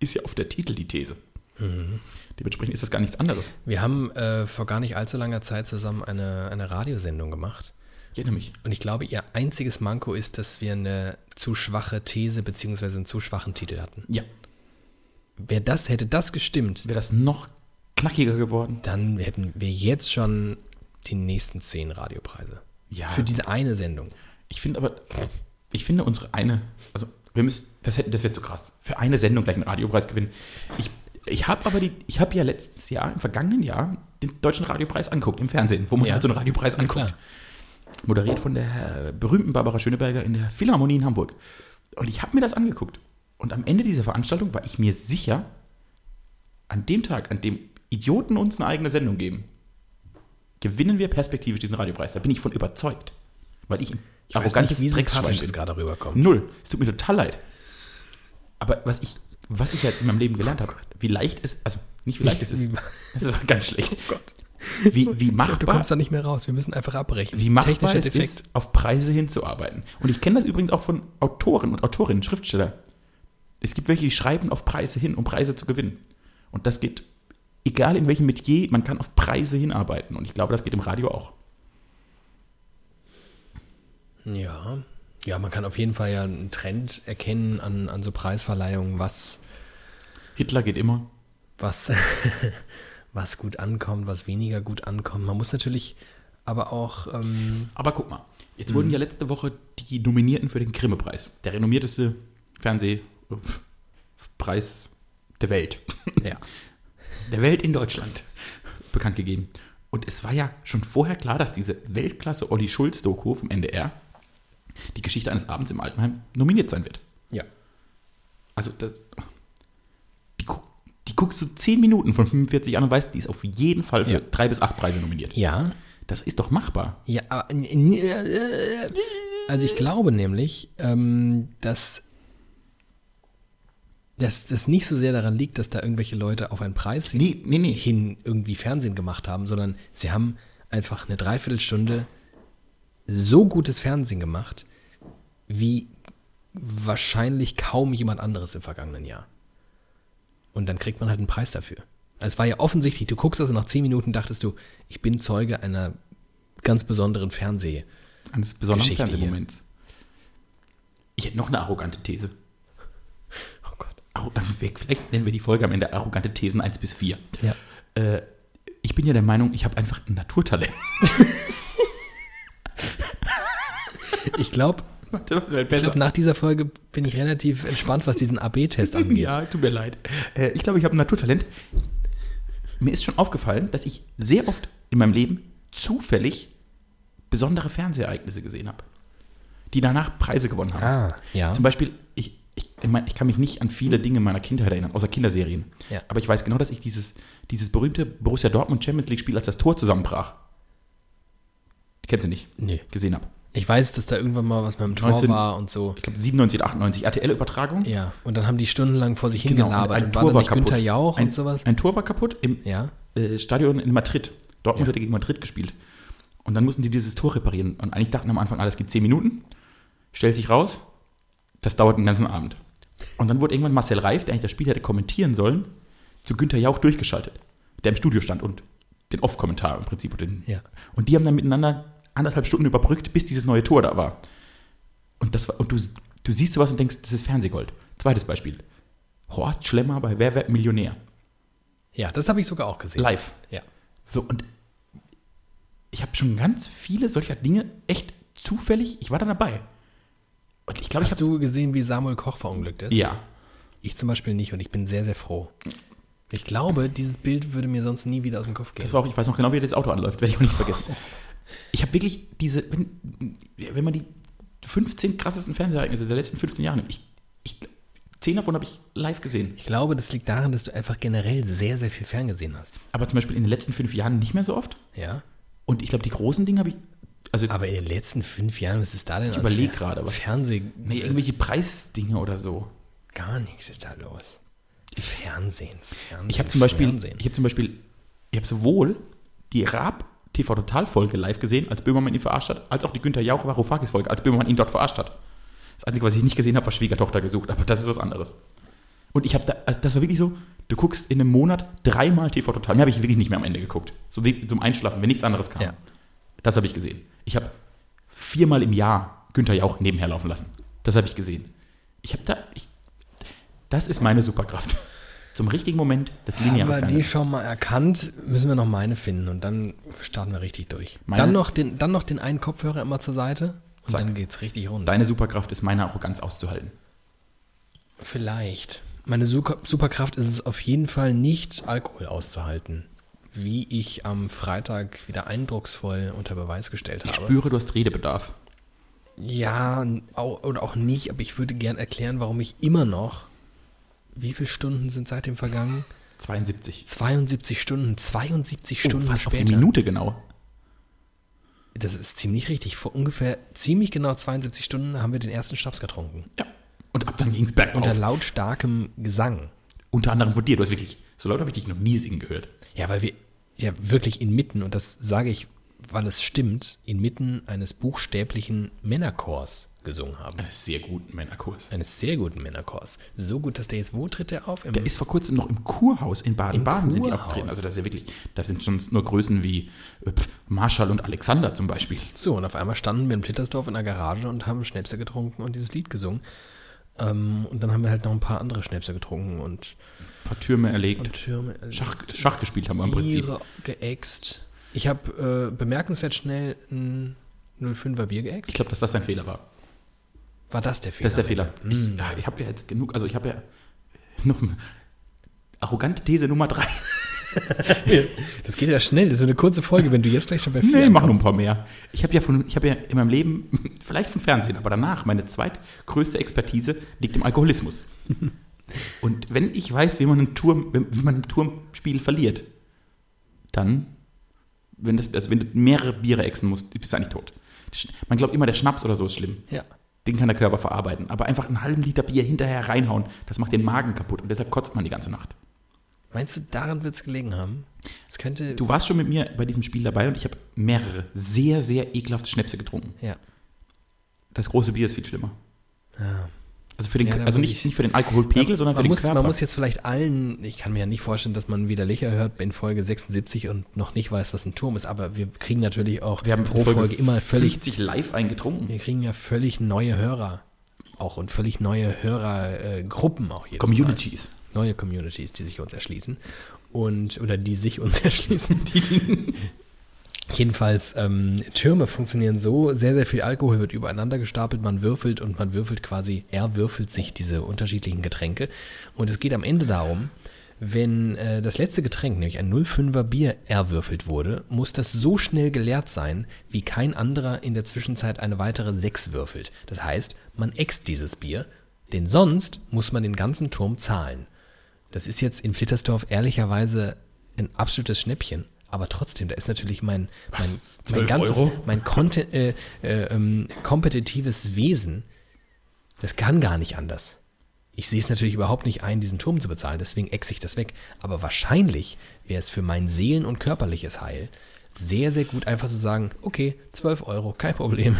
Speaker 2: ist ja auf der Titel die These. Mhm. Dementsprechend ist das gar nichts anderes.
Speaker 1: Wir haben äh, vor gar nicht allzu langer Zeit zusammen eine, eine Radiosendung gemacht.
Speaker 2: Ich erinnere mich.
Speaker 1: Und ich glaube, ihr einziges Manko ist, dass wir eine zu schwache These bzw. einen zu schwachen Titel hatten.
Speaker 2: Ja,
Speaker 1: Wäre das, hätte das gestimmt,
Speaker 2: wäre das noch knackiger geworden.
Speaker 1: dann hätten wir jetzt schon die nächsten zehn Radiopreise.
Speaker 2: Ja.
Speaker 1: Für diese eine Sendung.
Speaker 2: Ich finde aber, ich finde unsere eine, also wir müssen, das, hätten- das wäre zu krass. Für eine Sendung gleich einen Radiopreis gewinnen. Ich, ich habe aber die, ich habe ja letztes Jahr, im vergangenen Jahr, den deutschen Radiopreis anguckt im Fernsehen, wo man
Speaker 1: Ja.
Speaker 2: halt so einen Radiopreis anguckt.
Speaker 1: klar.
Speaker 2: Moderiert von der äh, berühmten Barbara Schöneberger in der Philharmonie in Hamburg. Und ich habe mir das angeguckt. Und am Ende dieser Veranstaltung war ich mir sicher, an dem Tag, an dem Idioten uns eine eigene Sendung geben, gewinnen wir perspektivisch diesen Radiopreis. Da bin ich von überzeugt. Weil ich ein arrogantes Drecksschwein
Speaker 1: sympathisch das
Speaker 2: bin.
Speaker 1: gerade rüberkommt.
Speaker 2: Null. Es tut mir total leid. Aber was ich, was ich jetzt in meinem Leben gelernt
Speaker 1: Oh
Speaker 2: habe, wie leicht es, also nicht wie leicht *laughs* es ist, das war ganz schlecht. Wie, wie
Speaker 1: Oh Du
Speaker 2: machbar,
Speaker 1: kommst da nicht mehr raus. Wir müssen einfach abbrechen.
Speaker 2: wie machbar
Speaker 1: Technischer
Speaker 2: es
Speaker 1: Defekt.
Speaker 2: ist, auf Preise hinzuarbeiten. Und ich kenne das übrigens auch von Autoren und Autorinnen, Schriftsteller. Es gibt welche, die schreiben auf Preise hin, um Preise zu gewinnen. Und das geht, egal in welchem Metier, man kann auf Preise hinarbeiten. Und ich glaube, das geht im Radio auch.
Speaker 1: Ja. Ja, man kann auf jeden Fall ja einen Trend erkennen an, an so Preisverleihungen, was,
Speaker 2: Hitler geht immer.
Speaker 1: was, *laughs* was gut ankommt, was weniger gut ankommt. Man muss natürlich aber auch. Ähm,
Speaker 2: Aber guck mal, jetzt
Speaker 1: Mhm.
Speaker 2: wurden ja letzte Woche die Nominierten für den Grimme-Preis, der renommierteste Fernsehpreis der Welt,
Speaker 1: *laughs* ja.
Speaker 2: der Welt in Deutschland, bekannt gegeben. Und es war ja schon vorher klar, dass diese Weltklasse Olli Schulz-Doku vom NDR, die Geschichte eines Abends im Altenheim, nominiert sein wird.
Speaker 1: Ja.
Speaker 2: Also, das, die, guck- die guckst du 10 Minuten von 45 an und weißt, die ist auf jeden Fall für
Speaker 1: Ja.
Speaker 2: drei bis acht Preise nominiert.
Speaker 1: Ja.
Speaker 2: Das ist doch machbar.
Speaker 1: Ja, aber, n- n- äh, also ich glaube nämlich, ähm, dass, dass das nicht so sehr daran liegt, dass da irgendwelche Leute auf einen Preis hin-
Speaker 2: Nee, nee, nee.
Speaker 1: hin irgendwie Fernsehen gemacht haben, sondern sie haben einfach eine Dreiviertelstunde so gutes Fernsehen gemacht, wie wahrscheinlich kaum jemand anderes im vergangenen Jahr. Und dann kriegt man halt einen Preis dafür. Also es war ja offensichtlich, du guckst das und nach zehn Minuten dachtest du, ich bin Zeuge einer ganz besonderen Fernseh.
Speaker 2: eines besonderen
Speaker 1: Geschichte hier.
Speaker 2: Fernsehmoments. Ich hätte noch eine arrogante These.
Speaker 1: Oh Gott.
Speaker 2: Arro- *laughs* Vielleicht nennen wir die Folge am Ende arrogante Thesen 1 bis 4.
Speaker 1: Ja.
Speaker 2: Äh, ich bin ja der Meinung, ich habe einfach ein Naturtalent. *laughs*
Speaker 1: Ich glaube,
Speaker 2: Das wäre
Speaker 1: glaub, nach dieser Folge bin ich relativ entspannt, was diesen AB-Test angeht.
Speaker 2: *laughs* Ja, tut mir leid. Äh, ich glaube, ich habe ein Naturtalent. Mir ist schon aufgefallen, dass ich sehr oft in meinem Leben zufällig besondere Fernsehereignisse gesehen habe, die danach Preise gewonnen haben.
Speaker 1: Ah, ja. Hm.
Speaker 2: Zum Beispiel, ich, ich, ich, mein, ich kann mich nicht an viele Dinge meiner Kindheit erinnern, außer Kinderserien.
Speaker 1: Ja.
Speaker 2: Aber ich weiß genau, dass ich dieses, dieses berühmte Borussia Dortmund Champions League Spiel, als das Tor zusammenbrach, kennst du nicht,
Speaker 1: Nee.
Speaker 2: gesehen habe.
Speaker 1: Ich weiß, dass da irgendwann mal was mit dem Tor
Speaker 2: 19
Speaker 1: war und so.
Speaker 2: Ich glaube 97, 98 RTL-Übertragung.
Speaker 1: Ja, und dann haben die stundenlang vor sich hingelabert.
Speaker 2: Genau, ein
Speaker 1: und
Speaker 2: Tor
Speaker 1: war
Speaker 2: war
Speaker 1: dann nicht
Speaker 2: kaputt.
Speaker 1: Günther Jauch
Speaker 2: ein,
Speaker 1: und sowas?
Speaker 2: Ein Tor war kaputt im
Speaker 1: Ja.
Speaker 2: äh, Stadion in Madrid. Dortmund hatte gegen Madrid gespielt. Und dann mussten sie dieses Tor reparieren. Und eigentlich dachten am Anfang, ah, das geht 10 Minuten. Stellt sich raus, das dauert den ganzen Abend. Und dann wurde irgendwann Marcel Reif, der eigentlich das Spiel hätte kommentieren sollen, zu Günther Jauch durchgeschaltet, der im Studio stand und den Off-Kommentar im Prinzip. Und, den,
Speaker 1: Ja.
Speaker 2: und die haben dann miteinander anderthalb Stunden überbrückt, bis dieses neue Tor da war. Und, das war, und du, du siehst sowas und denkst, das ist Fernsehgold. Zweites Beispiel. Horst Schlemmer bei Wer wird Millionär?
Speaker 1: Ja, das habe ich sogar auch gesehen.
Speaker 2: Live.
Speaker 1: Ja.
Speaker 2: So, und ich habe schon ganz viele solcher Dinge echt zufällig, ich war da dabei. Und ich glaube, ich
Speaker 1: Hast
Speaker 2: habe.
Speaker 1: du gesehen, wie Samuel Koch verunglückt ist?
Speaker 2: Ja.
Speaker 1: Ich zum Beispiel nicht und ich bin sehr, sehr froh. Ich glaube, dieses Bild würde mir sonst nie wieder aus dem Kopf gehen.
Speaker 2: Das war auch, ich weiß noch genau, wie das Auto anläuft, werde ich auch nicht vergessen.
Speaker 1: *laughs*
Speaker 2: Ich habe wirklich diese, wenn, wenn man die 15 krassesten Fernsehereignisse der letzten 15 Jahre nimmt, ich, ich, 10 davon habe ich live gesehen.
Speaker 1: Ich glaube, das liegt daran, dass du einfach generell sehr, sehr viel ferngesehen hast.
Speaker 2: Aber zum Beispiel in den letzten fünf Jahren nicht mehr so oft.
Speaker 1: Ja.
Speaker 2: Und ich glaube, die großen Dinge habe ich, also jetzt,
Speaker 1: Aber in den letzten fünf Jahren, was ist da denn?
Speaker 2: Ich
Speaker 1: an
Speaker 2: überleg
Speaker 1: Fer-
Speaker 2: gerade, aber-
Speaker 1: Fernsehen.
Speaker 2: nee, irgendwelche Preisdinge oder so.
Speaker 1: Gar nichts ist da los. Fernsehen. Fernsehen
Speaker 2: Ich habe zum Beispiel,
Speaker 1: Fernsehen.
Speaker 2: ich habe zum Beispiel, ich habe sowohl die Raab TV Total Folge live gesehen, als Böhmermann ihn verarscht hat, als auch die Günther Jauch Varoufakis Folge, als Böhmermann ihn dort verarscht hat. Das einzige, was ich nicht gesehen habe, war Schwiegertochter gesucht, aber das ist was anderes. Und ich habe da, also das war wirklich so, du guckst in einem Monat dreimal TV Total. Mir habe ich wirklich nicht mehr am Ende geguckt. So wie zum Einschlafen, wenn nichts anderes kam.
Speaker 1: Ja.
Speaker 2: Das habe ich gesehen. Ich habe viermal im Jahr Günther Jauch nebenher laufen lassen. Das habe ich gesehen. Ich habe da, ich, das ist meine Superkraft. *laughs* Zum richtigen Moment das lineare
Speaker 1: Haben wir die
Speaker 2: Fernsehen.
Speaker 1: schon mal erkannt, müssen wir noch meine finden und dann starten wir richtig durch.
Speaker 2: Meine-
Speaker 1: Dann noch, den, dann noch den einen Kopfhörer immer zur Seite und
Speaker 2: Zack.
Speaker 1: dann geht's richtig rund.
Speaker 2: Deine Superkraft ist meine Arroganz auszuhalten.
Speaker 1: Vielleicht. Meine Super Superkraft ist es auf jeden Fall nicht, Alkohol auszuhalten. Wie ich am Freitag wieder eindrucksvoll unter Beweis gestellt
Speaker 2: Ich
Speaker 1: habe.
Speaker 2: spüre, du hast Redebedarf.
Speaker 1: Ja, n- au- oder auch nicht, aber ich würde gern erklären, warum ich immer noch. Wie viele Stunden sind seitdem vergangen?
Speaker 2: 72.
Speaker 1: 72 Stunden, 72
Speaker 2: Oh,
Speaker 1: Stunden
Speaker 2: fast auf
Speaker 1: später.
Speaker 2: die Minute genau.
Speaker 1: Das ist ziemlich richtig. Vor ungefähr ziemlich genau 72 Stunden haben wir den ersten Schnaps getrunken.
Speaker 2: Ja. Und ab dann ging es
Speaker 1: Unter
Speaker 2: bergauf.
Speaker 1: lautstarkem Gesang.
Speaker 2: Unter anderem von dir. Du hast wirklich, so laut habe ich dich noch nie singen gehört.
Speaker 1: Ja, weil wir ja wirklich inmitten, und das sage ich, weil es stimmt, inmitten eines buchstäblichen Männerchors gesungen haben.
Speaker 2: Eines sehr guten Männerkurs.
Speaker 1: Eines sehr guten Männerchors. So gut, dass der jetzt, wo tritt der auf? Im
Speaker 2: Der ist vor kurzem noch im Kurhaus in Baden-Baden
Speaker 1: Im
Speaker 2: sind die
Speaker 1: Kurhaus.
Speaker 2: aufgetreten. Also das ist ja wirklich, das sind schon nur Größen wie äh, pf, Marshall und Alexander zum Beispiel.
Speaker 1: So, und auf einmal standen wir in Plittersdorf in der Garage und haben Schnäpse getrunken und dieses Lied gesungen. Ähm, und dann haben wir halt noch ein paar andere Schnäpse getrunken und,
Speaker 2: Ein paar Türme erlegt.
Speaker 1: und Türme, äh,
Speaker 2: Schach, Schach gespielt haben wir im Prinzip.
Speaker 1: Biere geäxt. Ich habe äh, bemerkenswert schnell ein 05er Bier
Speaker 2: Ich
Speaker 1: geäxt.
Speaker 2: glaube, dass das dein Fehler war.
Speaker 1: War das der Fehler?
Speaker 2: Das ist der Fehler. Ich,
Speaker 1: Mhm.
Speaker 2: ja, ich habe ja jetzt genug, also ich habe ja *laughs* noch arrogante These Nummer drei.
Speaker 1: Das geht ja schnell, das ist so eine kurze Folge, wenn du jetzt gleich schon bei
Speaker 2: Nee,
Speaker 1: Fehlern
Speaker 2: mach noch ein
Speaker 1: kommst.
Speaker 2: paar mehr. Ich habe ja von, ich habe ja in meinem Leben, *laughs* vielleicht von Fernsehen, aber danach, meine zweitgrößte Expertise liegt im Alkoholismus. Und wenn ich weiß, wie man einen Turm, wenn- wie man ein Turmspiel verliert, dann, wenn das, also wenn du mehrere Biere exen musst, bist du eigentlich tot. Man glaubt immer, der Schnaps oder so ist schlimm.
Speaker 1: Ja.
Speaker 2: Den kann der Körper verarbeiten. Aber einfach einen halben Liter Bier hinterher reinhauen, das macht den Magen kaputt und deshalb kotzt man die ganze Nacht.
Speaker 1: Meinst du, daran wird es gelegen haben? Es könnte.
Speaker 2: Du warst schon mit mir bei diesem Spiel dabei und ich habe mehrere sehr, sehr ekelhafte Schnäpse getrunken.
Speaker 1: Ja.
Speaker 2: Das große Bier ist viel schlimmer.
Speaker 1: ja.
Speaker 2: Also, für den,
Speaker 1: Ja, da
Speaker 2: also
Speaker 1: muss
Speaker 2: nicht,
Speaker 1: ich-
Speaker 2: nicht für den Alkoholpegel, sondern
Speaker 1: Ah.
Speaker 2: für
Speaker 1: man
Speaker 2: den
Speaker 1: muss,
Speaker 2: Körper.
Speaker 1: Man muss jetzt vielleicht allen, ich kann mir ja nicht vorstellen, dass man wieder Lächer hört in Folge 76 und noch nicht weiß, was ein Turm ist, aber wir kriegen natürlich auch
Speaker 2: Wir haben
Speaker 1: pro Folge, immer völlig,
Speaker 2: 50 live eingetrunken.
Speaker 1: wir kriegen ja völlig neue Hörer auch und völlig neue Hörergruppen äh, Gruppen auch hier.
Speaker 2: Communities.
Speaker 1: Neue Communities, die sich uns erschließen und oder die sich uns *laughs* erschließen. *laughs* Jedenfalls, ähm, Türme funktionieren so, sehr, sehr viel Alkohol wird übereinander gestapelt, man würfelt und man würfelt quasi, er würfelt sich diese unterschiedlichen Getränke. Und es geht am Ende darum, wenn äh, das letzte Getränk, nämlich ein 05er Bier, erwürfelt wurde, muss das so schnell geleert sein, wie kein anderer in der Zwischenzeit eine weitere 6 würfelt. Das heißt, man äxt dieses Bier, denn sonst muss man den ganzen Turm zahlen. Das ist jetzt in Flittersdorf ehrlicherweise ein absolutes Schnäppchen. Aber trotzdem, da ist natürlich mein, mein, mein
Speaker 2: 12 Euro?
Speaker 1: mein Content, äh, äh, ähm, kompetitives Wesen, das kann gar nicht anders. Ich sehe es natürlich überhaupt nicht ein, diesen Turm zu bezahlen, deswegen exe ich das weg. Aber wahrscheinlich wäre es für mein Seelen- und körperliches Heil sehr, sehr gut, einfach zu sagen, okay, 12 Euro, kein Problem.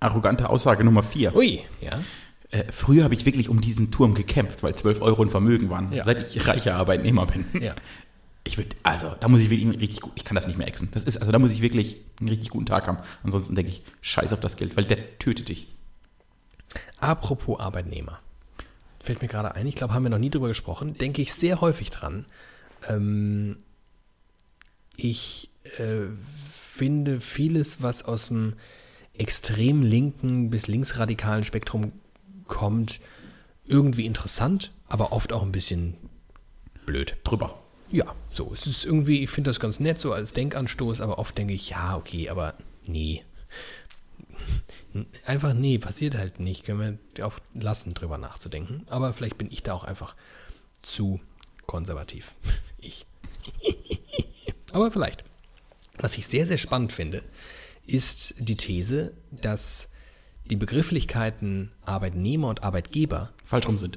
Speaker 2: Arrogante Aussage Nummer 4.
Speaker 1: Ui, ja.
Speaker 2: Äh, früher habe ich wirklich um diesen Turm gekämpft, weil 12 Euro ein Vermögen waren,
Speaker 1: Ja.
Speaker 2: seit ich reicher Arbeitnehmer bin.
Speaker 1: Ja.
Speaker 2: Ich würde, also, da muss ich wirklich richtig gut, ich kann das nicht mehr exen. Das ist, also, da muss ich wirklich einen richtig guten Tag haben. Ansonsten denke ich, scheiß auf das Geld, weil der tötet dich.
Speaker 1: Apropos Arbeitnehmer. Fällt mir gerade ein, ich glaube, haben wir noch nie drüber gesprochen. Denke ich sehr häufig dran. Ähm, ich äh, finde vieles, was aus dem extrem linken bis linksradikalen Spektrum kommt, irgendwie interessant, aber oft auch ein bisschen blöd.
Speaker 2: Drüber.
Speaker 1: Ja, so. Es ist irgendwie, ich finde das ganz nett, so als Denkanstoß, aber oft denke ich, ja, okay, aber nee. *laughs* Einfach nee, passiert halt nicht. Können wir auch lassen, drüber nachzudenken. Aber vielleicht bin ich da auch einfach zu konservativ. *laughs* Ich. aber vielleicht. Was ich sehr, sehr spannend finde, ist die These, dass die Begrifflichkeiten Arbeitnehmer und Arbeitgeber
Speaker 2: Falsch rum sind.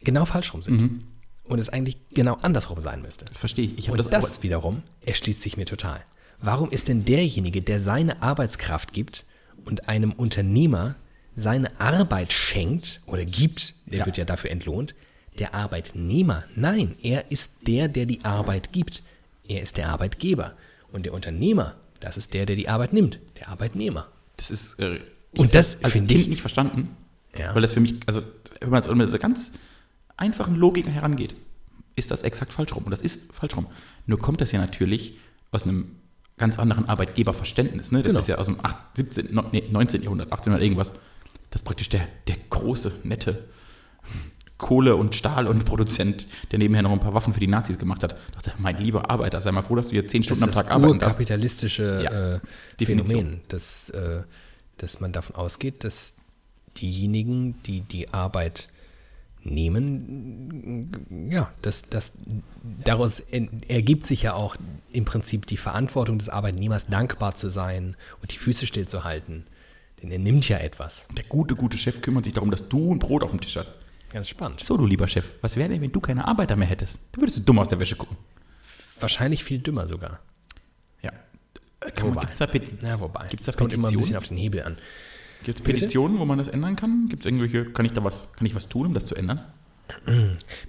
Speaker 1: genau falsch rum sind. Und es eigentlich genau andersrum sein müsste.
Speaker 2: Das verstehe ich. Ich habe
Speaker 1: Und
Speaker 2: das,
Speaker 1: das, wiederum erschließt sich mir total. Warum ist denn derjenige, der seine Arbeitskraft gibt und einem Unternehmer seine Arbeit schenkt oder gibt, der
Speaker 2: Ja.
Speaker 1: wird ja dafür entlohnt, der Arbeitnehmer? Nein, er ist der, der die Arbeit gibt. Er ist der Arbeitgeber. Und der Unternehmer, das ist der, der die Arbeit nimmt. Der Arbeitnehmer.
Speaker 2: Das ist. Äh,
Speaker 1: Und das
Speaker 2: als
Speaker 1: finde
Speaker 2: Kind
Speaker 1: ich-
Speaker 2: nicht verstanden,
Speaker 1: Ja.
Speaker 2: weil das für mich, also wenn man es mit dieser ganz einfachen Logik herangeht, ist das exakt falsch rum. Und das ist falsch rum. Nur kommt das ja natürlich aus einem ganz anderen Arbeitgeberverständnis. Ne? Das
Speaker 1: Genau.
Speaker 2: ist ja aus dem 8, 17, no- nee, 19. Jahrhundert, 1800 irgendwas. Das ist praktisch der, der große, nette Kohle- und Stahl- und Produzent, der nebenher noch ein paar Waffen für die Nazis gemacht hat, dachte, mein lieber Arbeiter, sei mal froh, dass du hier 10 Stunden am
Speaker 1: das
Speaker 2: Tag
Speaker 1: ist das
Speaker 2: arbeiten darfst.
Speaker 1: urkapitalistische
Speaker 2: Ja,
Speaker 1: äh,
Speaker 2: Definition.
Speaker 1: Phänomen, dass, äh, dass man davon ausgeht, dass diejenigen, die die Arbeit nehmen, ja, das, das, daraus en- ergibt sich ja auch im Prinzip die Verantwortung des Arbeitnehmers, dankbar zu sein und die Füße stillzuhalten. Denn er nimmt ja etwas.
Speaker 2: Der gute, gute Chef kümmert sich darum, dass du ein Brot auf dem Tisch hast.
Speaker 1: Ganz spannend.
Speaker 2: So, du lieber Chef, was wäre denn, wenn du keine Arbeiter mehr hättest? Dann würdest du dumm aus der Wäsche gucken.
Speaker 1: Wahrscheinlich viel dümmer sogar.
Speaker 2: Ja. Äh, Kann man,
Speaker 1: Wobei.
Speaker 2: gibt's da, Peti
Speaker 1: Ja, wobei.
Speaker 2: Gibt's da
Speaker 1: Es kommt immer ein bisschen
Speaker 2: Petitionen?
Speaker 1: auf den Hebel an.
Speaker 2: Gibt's Petitionen, wo man das ändern kann? Gibt's irgendwelche, kann ich da was, kann ich was tun, um das zu ändern?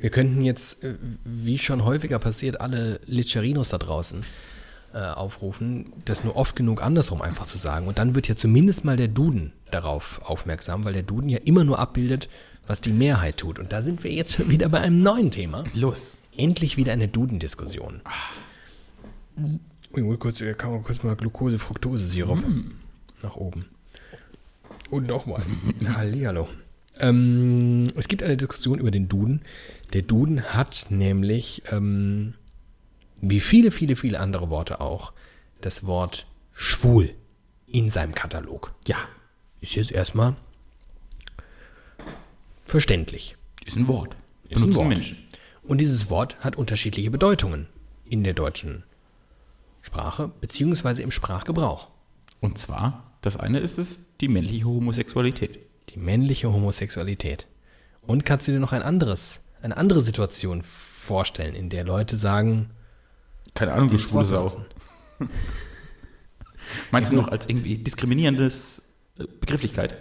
Speaker 1: Wir könnten jetzt, äh, wie schon häufiger passiert, alle Litscherinos da draußen äh, aufrufen, das nur oft genug andersrum einfach zu sagen. Und dann wird ja zumindest mal der Duden darauf aufmerksam, weil der Duden ja immer nur abbildet, was die Mehrheit tut. Und da sind wir jetzt schon wieder bei einem neuen Thema.
Speaker 2: Los.
Speaker 1: Endlich wieder eine Duden-Diskussion. Ich hol kurz, ich kann mal kurz mal Glucose-Fructose-Sirup nach oben. Und *laughs* nochmal. Hallihallo. Ähm, es gibt eine Diskussion über den Duden. Der Duden hat nämlich, ähm, wie viele, viele, viele andere Worte auch, das Wort schwul in seinem Katalog.
Speaker 2: Ja.
Speaker 1: Ist jetzt erstmal verständlich.
Speaker 2: Ist ein Wort.
Speaker 1: Ist ein Wort.
Speaker 2: Menschen.
Speaker 1: Und dieses Wort hat unterschiedliche Bedeutungen in der deutschen Sprache beziehungsweise im Sprachgebrauch.
Speaker 2: Und zwar, das eine ist es, die männliche Homosexualität.
Speaker 1: Die männliche Homosexualität. Und kannst du dir noch ein anderes, eine andere Situation vorstellen, in der Leute sagen,
Speaker 2: Keine Ahnung, du
Speaker 1: Dieses
Speaker 2: schwule
Speaker 1: Wort
Speaker 2: Sau. Meinst du noch als irgendwie diskriminierendes äh, Begrifflichkeit?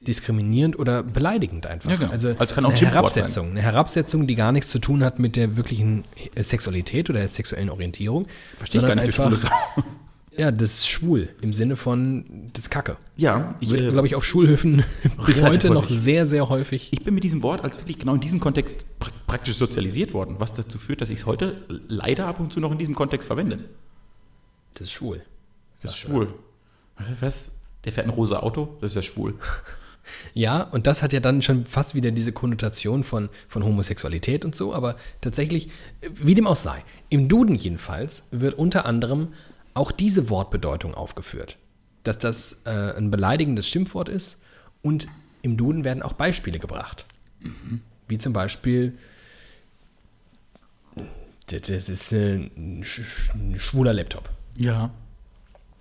Speaker 1: diskriminierend oder beleidigend einfach.
Speaker 2: Ja, genau.
Speaker 1: Also,
Speaker 2: Also kann auch ein
Speaker 1: eine
Speaker 2: Schimpfwort sein.
Speaker 1: Herabsetzung, eine Herabsetzung, die gar nichts zu tun hat mit der wirklichen äh, Sexualität oder der sexuellen Orientierung.
Speaker 2: Verstehe ich gar
Speaker 1: sondern
Speaker 2: nicht, du schwule
Speaker 1: einfach-
Speaker 2: Sau.
Speaker 1: *laughs* Ja, das ist schwul im Sinne von das ist Kacke.
Speaker 2: Ja, ich,
Speaker 1: Wird,
Speaker 2: äh,
Speaker 1: glaube ich, auf Schulhöfen *laughs* bis
Speaker 2: relativ
Speaker 1: heute noch
Speaker 2: häufig.
Speaker 1: sehr, sehr häufig.
Speaker 2: Ich bin mit diesem Wort als wirklich genau in diesem Kontext pr praktisch sozialisiert worden, was dazu führt, dass ich es heute leider ab und zu noch in diesem Kontext verwende.
Speaker 1: Das ist schwul.
Speaker 2: Das ist schwul. Was? Der fährt ein rosa Auto? Das ist ja schwul.
Speaker 1: Ja, und das hat ja dann schon fast wieder diese Konnotation von, von Homosexualität und so, aber tatsächlich, äh, wie dem auch sei, im Duden jedenfalls wird unter anderem auch diese Wortbedeutung aufgeführt, dass das äh, ein beleidigendes Schimpfwort ist und im Duden werden auch Beispiele gebracht, wie zum Beispiel, das das ist äh, ein sch- sch- ein schwuler Laptop.
Speaker 2: Ja.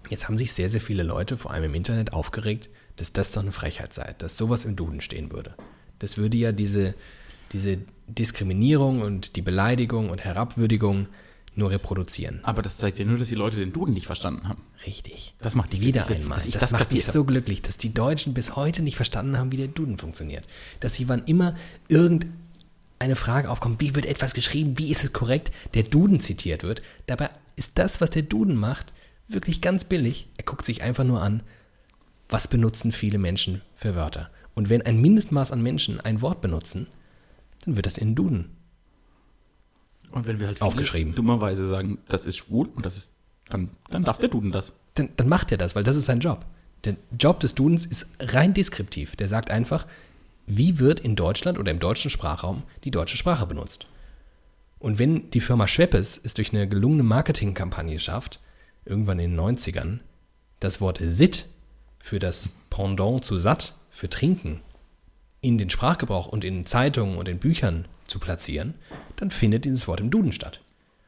Speaker 1: Jetzt haben sich sehr, sehr viele Leute, vor allem im Internet, aufgeregt, dass das doch eine Frechheit sei, dass sowas im Duden stehen würde. Das würde ja diese, diese Diskriminierung und die Beleidigung und Herabwürdigung nur reproduzieren.
Speaker 2: Aber das zeigt ja nur, dass die Leute den Duden nicht verstanden haben.
Speaker 1: Richtig.
Speaker 2: Das macht die
Speaker 1: Wieder
Speaker 2: glücklich,
Speaker 1: einmal.
Speaker 2: dass ich
Speaker 1: Das,
Speaker 2: das
Speaker 1: macht mich
Speaker 2: kapiert
Speaker 1: so glücklich, dass die Deutschen bis heute nicht verstanden haben, wie der Duden funktioniert. Dass sie wann immer irgendeine Frage aufkommt, wie wird etwas geschrieben, wie ist es korrekt, der Duden zitiert wird. Dabei ist das, was der Duden macht, wirklich ganz billig. Er guckt sich einfach nur an, was benutzen viele Menschen für Wörter. Und wenn ein Mindestmaß an Menschen ein Wort benutzen, dann wird das in den Duden.
Speaker 2: Und wenn wir halt
Speaker 1: Aufgeschrieben.
Speaker 2: dummerweise sagen, das ist schwul und das ist, dann, dann darf der Duden das.
Speaker 1: dann, dann macht er das, weil das ist sein Job. Der Job des Dudens ist rein deskriptiv. Der sagt einfach, wie wird in Deutschland oder im deutschen Sprachraum die deutsche Sprache benutzt? Und wenn die Firma Schweppes es durch eine gelungene Marketingkampagne schafft, irgendwann in den 90ern, das Wort Sit für das Pendant zu satt, für trinken, in den Sprachgebrauch und in Zeitungen und in Büchern zu platzieren, dann findet dieses Wort im Duden statt.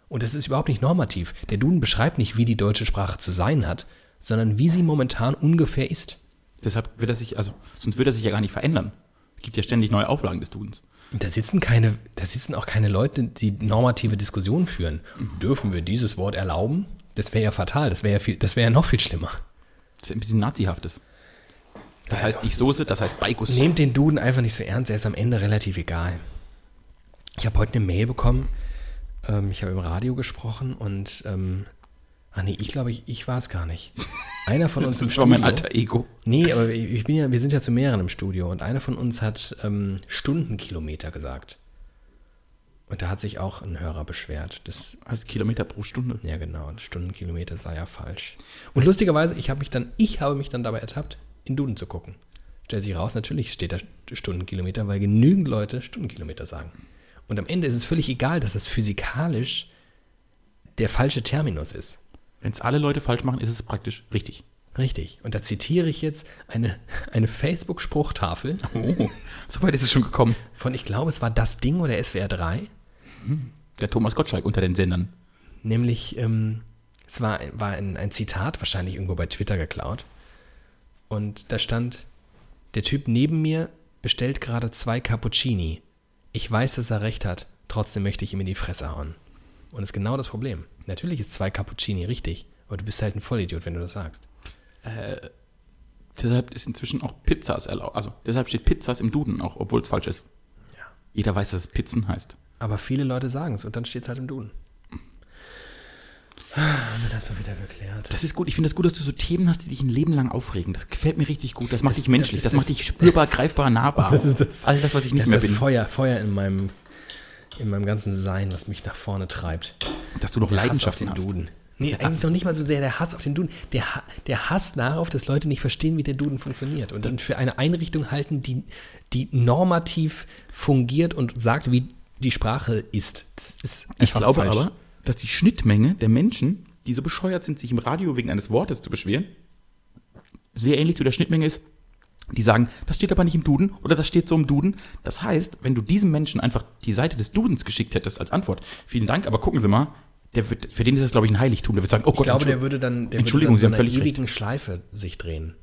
Speaker 1: Und das ist überhaupt nicht normativ. Der Duden beschreibt nicht, wie die deutsche Sprache zu sein hat, sondern wie sie momentan ungefähr ist.
Speaker 2: Deshalb wird er sich, also sonst würde er sich ja gar nicht verändern. Es gibt ja ständig neue Auflagen des Dudens.
Speaker 1: Und Da sitzen keine, da sitzen auch keine Leute, die normative Diskussionen führen. Dürfen wir dieses Wort erlauben? Das wäre ja fatal, das wäre ja viel, das wäre ja noch viel schlimmer.
Speaker 2: Das ist ein bisschen nazihaftes. Das heißt nicht Soße, das heißt Beikus.
Speaker 1: Nehmt den Duden einfach nicht so ernst, er ist am Ende relativ egal. Ich habe heute eine Mail bekommen, ähm, ich habe im Radio gesprochen und, ähm, ach nee, ich glaube, ich, ich war es gar nicht. Einer von uns
Speaker 2: Das
Speaker 1: im
Speaker 2: ist schon mein
Speaker 1: Studio-
Speaker 2: alter Ego.
Speaker 1: Nee, aber ich ich bin ja, wir sind ja zu mehreren im Studio und einer von uns hat ähm, Stundenkilometer gesagt. Und da hat sich auch ein Hörer beschwert. Das,
Speaker 2: Als Kilometer pro Stunde.
Speaker 1: ja genau, Stundenkilometer sei ja falsch. Und lustigerweise, ich habe mich dann, ich habe mich dann dabei ertappt, in Duden zu gucken. Stellt sich raus, natürlich steht da Stundenkilometer, weil genügend Leute Stundenkilometer sagen. Und am Ende ist es völlig egal, dass das physikalisch der falsche Terminus ist.
Speaker 2: Wenn es alle Leute falsch machen, ist es praktisch richtig.
Speaker 1: Richtig. Und da zitiere ich jetzt eine, eine Facebook-Spruchtafel
Speaker 2: Oh, *laughs* so weit ist es schon gekommen.
Speaker 1: von, ich glaube, es war das Ding oder SWR 3,
Speaker 2: Der Thomas Gottschalk unter den Sendern.
Speaker 1: nämlich, ähm, es war, ein- war ein, ein Zitat, wahrscheinlich irgendwo bei Twitter geklaut. Und da stand, der Typ neben mir bestellt gerade zwei Cappuccini. Ich weiß, dass er recht hat, trotzdem möchte ich ihm in die Fresse hauen. Und das ist genau das Problem. Natürlich ist zwei Cappuccini richtig, aber du bist halt ein Vollidiot, wenn du das sagst.
Speaker 2: Deshalb ist inzwischen auch Pizzas erlaubt. Also deshalb steht Pizzas im Duden auch, obwohl es falsch ist. Jeder weiß, dass es Pizzen heißt.
Speaker 1: Aber viele Leute sagen es und dann steht es halt im Duden. Ah, Haben wir das mal wieder geklärt.
Speaker 2: Das ist gut. Ich finde es das gut, dass du so Themen hast, die dich ein Leben lang aufregen. Das gefällt mir richtig gut. Das macht
Speaker 1: Das-
Speaker 2: dich menschlich.
Speaker 1: das
Speaker 2: Das,
Speaker 1: ist
Speaker 2: macht
Speaker 1: das-
Speaker 2: dich spürbar, greifbar, nahbar.
Speaker 1: *laughs* Das ist das-
Speaker 2: All das, was ich nicht
Speaker 1: Das
Speaker 2: mehr
Speaker 1: ist das
Speaker 2: bin.
Speaker 1: Feuer, Feuer in meinem, in meinem ganzen Sein, was mich nach vorne treibt.
Speaker 2: Dass du noch Leidenschaften
Speaker 1: Hass auf
Speaker 2: hast.
Speaker 1: den Duden. Nee,
Speaker 2: Der
Speaker 1: eigentlich ist noch nicht mal so sehr der Hass auf den Duden. Der, Ha- der Hass darauf, dass Leute nicht verstehen, wie der Duden funktioniert und ihn für eine Einrichtung halten, die, die normativ fungiert und sagt, wie die Sprache ist. Das ist
Speaker 2: Ich
Speaker 1: einfach
Speaker 2: glaube
Speaker 1: falsch.
Speaker 2: aber, dass die Schnittmenge der Menschen, die so bescheuert sind, sich im Radio wegen eines Wortes zu beschweren, sehr ähnlich zu der Schnittmenge ist, die sagen, das steht aber nicht im Duden oder das steht so im Duden. Das heißt, wenn du diesem Menschen einfach die Seite des Dudens geschickt hättest als Antwort, vielen Dank, aber gucken Sie mal, der wird, für den ist das, glaube ich, ein Heiligtum. Der wird sagen, oh Gott,
Speaker 1: ich glaube,
Speaker 2: Entschu-
Speaker 1: der würde dann, der
Speaker 2: Entschuldigung,
Speaker 1: würde
Speaker 2: Sie
Speaker 1: dann
Speaker 2: haben
Speaker 1: so einer
Speaker 2: völlig
Speaker 1: ewigen Schleife sich drehen.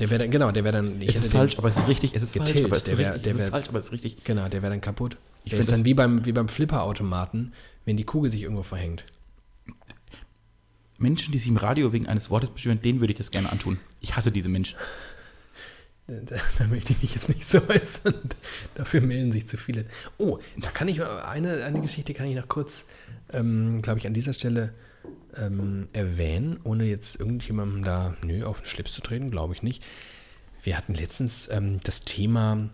Speaker 1: Der wäre dann, genau, der wäre dann. ich
Speaker 2: es
Speaker 1: hätte
Speaker 2: ist
Speaker 1: den-
Speaker 2: falsch, aber es ist richtig, es ist falsch,
Speaker 1: getilgt.
Speaker 2: aber es ist
Speaker 1: Der wär-
Speaker 2: richtig,
Speaker 1: der
Speaker 2: es
Speaker 1: wär-
Speaker 2: ist falsch, aber es ist richtig.
Speaker 1: Genau, der wäre dann kaputt. Ich der
Speaker 2: find
Speaker 1: ist dann
Speaker 2: das-
Speaker 1: wie beim, wie beim Flipperautomaten, wenn die Kugel sich irgendwo verhängt.
Speaker 2: Menschen, die sich im Radio wegen eines Wortes beschweren, denen würde ich das gerne antun. Ich hasse diese Menschen.
Speaker 1: Äh, *laughs* Da, da möchte ich mich jetzt nicht so *laughs* äußern. Dafür melden sich zu viele. Oh, da kann ich mal- eine, eine Geschichte kann ich noch kurz, ähm, glaube ich, an dieser Stelle ähm, erwähnen, ohne jetzt irgendjemandem da nö, auf den Schlips zu treten, glaube ich nicht. Wir hatten letztens ähm, das Thema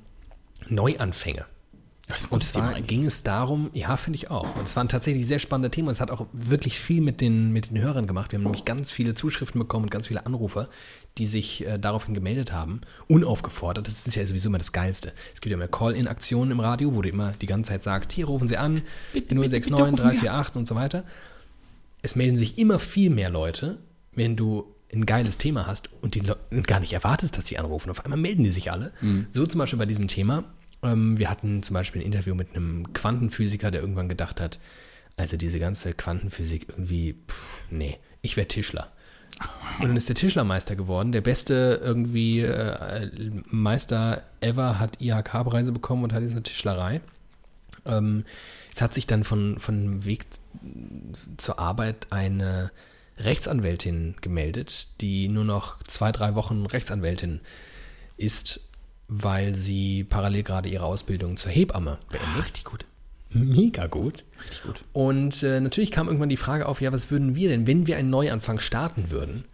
Speaker 1: Neuanfänge.
Speaker 2: Das ist ein
Speaker 1: Und
Speaker 2: gutes
Speaker 1: zwar
Speaker 2: Thema eigentlich.
Speaker 1: ging es darum, ja, finde ich auch. Und es war ein tatsächlich sehr spannender Thema. Es hat auch wirklich viel mit den, mit den Hörern gemacht. Wir haben nämlich ganz viele Zuschriften bekommen und ganz viele Anrufer, die sich äh, daraufhin gemeldet haben. Unaufgefordert. Das ist ja sowieso immer das Geilste. Es gibt ja immer Call-In-Aktionen im Radio, wo du immer die ganze Zeit sagst, hier rufen Sie an,
Speaker 2: Bitte, bitte,
Speaker 1: 069
Speaker 2: bitte rufen Sie an.
Speaker 1: 348 und so weiter. Es melden sich immer viel mehr Leute, wenn du ein geiles Thema hast und die Le- und gar nicht erwartest, dass die anrufen. Auf einmal melden die sich alle.
Speaker 2: Mhm.
Speaker 1: So zum Beispiel bei diesem Thema. Ähm, wir hatten zum Beispiel ein Interview mit einem Quantenphysiker, der irgendwann gedacht hat, also diese ganze Quantenphysik irgendwie, pff, nee, ich wäre
Speaker 2: *laughs*
Speaker 1: Tischler. Und dann ist der Tischlermeister geworden, der beste irgendwie äh, Meister ever, hat IHK-Preise bekommen und hat jetzt eine Tischlerei. Ähm, es hat sich dann von, von dem Weg zur Arbeit eine Rechtsanwältin gemeldet, die nur noch zwei, drei Wochen Rechtsanwältin ist, weil sie parallel gerade ihre Ausbildung zur Hebamme beendet. Richtig gut. Mega gut. Richtig gut. Und äh, natürlich kam irgendwann die Frage auf, ja, was würden wir denn, wenn wir einen Neuanfang starten würden,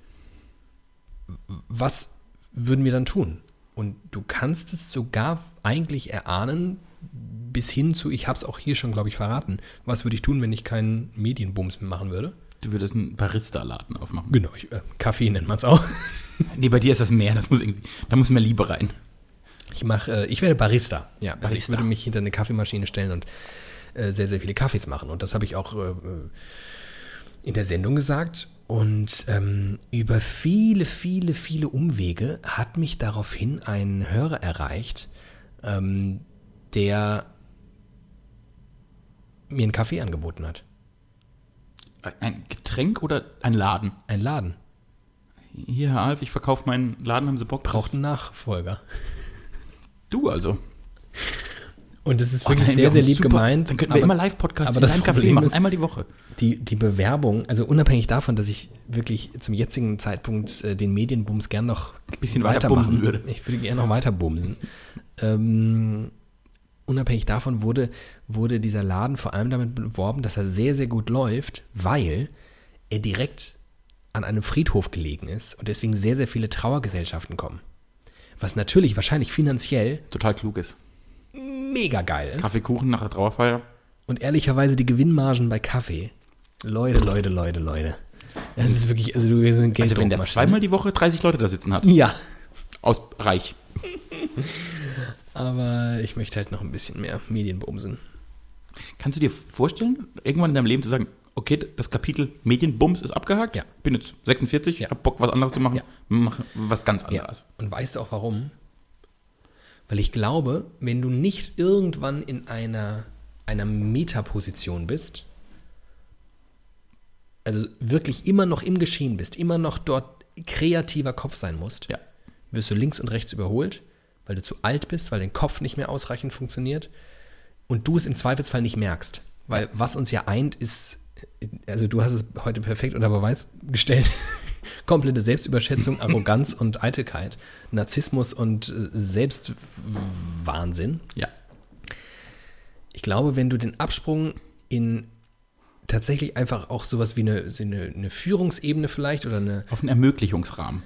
Speaker 1: was würden wir dann tun? Und du kannst es sogar eigentlich erahnen, bis hin zu, ich habe es auch hier schon, glaube ich, verraten, was würde ich tun, wenn ich keinen Medienbums mehr machen würde?
Speaker 2: Du würdest einen Barista-Laden aufmachen.
Speaker 1: Genau, ich, äh, Kaffee nennt man es auch.
Speaker 2: Nee, bei dir ist das mehr. Das muss irgendwie, da muss mehr Liebe rein.
Speaker 1: Ich mache, äh, ich werde Barista. Ja, Also ich
Speaker 2: Barista.
Speaker 1: würde mich hinter eine Kaffeemaschine stellen und äh, sehr, sehr viele Kaffees machen. Und das habe ich auch äh, äh, in der Sendung gesagt. Und ähm, über viele, viele, viele Umwege hat mich daraufhin ein Hörer erreicht, ähm, der mir einen Kaffee angeboten hat.
Speaker 2: Ein Getränk oder ein Laden?
Speaker 1: Ein Laden.
Speaker 2: Hier, Herr Alf, ich verkaufe meinen Laden, haben Sie Bock?
Speaker 1: Braucht einen Nachfolger.
Speaker 2: du also.
Speaker 1: Und es ist
Speaker 2: Oh,
Speaker 1: wirklich
Speaker 2: dann
Speaker 1: sehr,
Speaker 2: wäre
Speaker 1: sehr
Speaker 2: uns
Speaker 1: lieb
Speaker 2: super.
Speaker 1: gemeint.
Speaker 2: Dann könnten wir
Speaker 1: aber-
Speaker 2: immer Live-Podcasts
Speaker 1: aber
Speaker 2: in
Speaker 1: das
Speaker 2: einem Café
Speaker 1: Problem
Speaker 2: machen,
Speaker 1: ist-
Speaker 2: einmal die Woche.
Speaker 1: Die, die Bewerbung, also unabhängig davon, dass ich wirklich zum jetzigen Zeitpunkt äh, den Medienbums gern noch ein
Speaker 2: bisschen weiter bumsen würde.
Speaker 1: Ich würde gern noch weiter bumsen. ähm, unabhängig davon wurde, wurde dieser Laden vor allem damit beworben, dass er sehr, sehr gut läuft, weil er direkt an einem Friedhof gelegen ist und deswegen sehr, sehr viele Trauergesellschaften kommen. Was natürlich wahrscheinlich finanziell
Speaker 2: Total klug ist.
Speaker 1: mega geil ist.
Speaker 2: Kaffeekuchen nach der Trauerfeier.
Speaker 1: Und ehrlicherweise die Gewinnmargen bei Kaffee. Leute, Leute, Leute, Leute. Das ist wirklich, also du bist ein
Speaker 2: Also wenn der
Speaker 1: Gelddruckmaschine.
Speaker 2: zweimal die Woche 30 Leute da sitzen hat.
Speaker 1: Ja.
Speaker 2: Aus Reich.
Speaker 1: Aber ich möchte halt noch ein bisschen mehr Medienbumsen.
Speaker 2: Kannst du dir vorstellen, irgendwann in deinem Leben zu sagen, okay, das Kapitel Medienbums ist abgehakt,
Speaker 1: Ja.
Speaker 2: bin jetzt 46,
Speaker 1: Ja.
Speaker 2: hab Bock, was anderes zu machen,
Speaker 1: Ja.
Speaker 2: mache was ganz anderes.
Speaker 1: Und weißt du auch warum? Weil ich glaube, wenn du nicht irgendwann in einer, einer Metaposition bist, also wirklich immer noch im Geschehen bist, immer noch dort kreativer Kopf sein musst,
Speaker 2: Ja.
Speaker 1: wirst du links und rechts überholt, weil du zu alt bist, weil dein Kopf nicht mehr ausreichend funktioniert und du es im Zweifelsfall nicht merkst. Weil was uns ja eint, ist, also du hast es heute perfekt unter Beweis gestellt, *laughs* komplette Selbstüberschätzung, Arroganz und Eitelkeit, Narzissmus und äh, Selbstwahnsinn.
Speaker 2: Ja.
Speaker 1: Ich glaube, wenn du den Absprung in tatsächlich einfach auch sowas wie eine, so eine, eine Führungsebene vielleicht oder eine,
Speaker 2: Auf einen Ermöglichungsrahmen.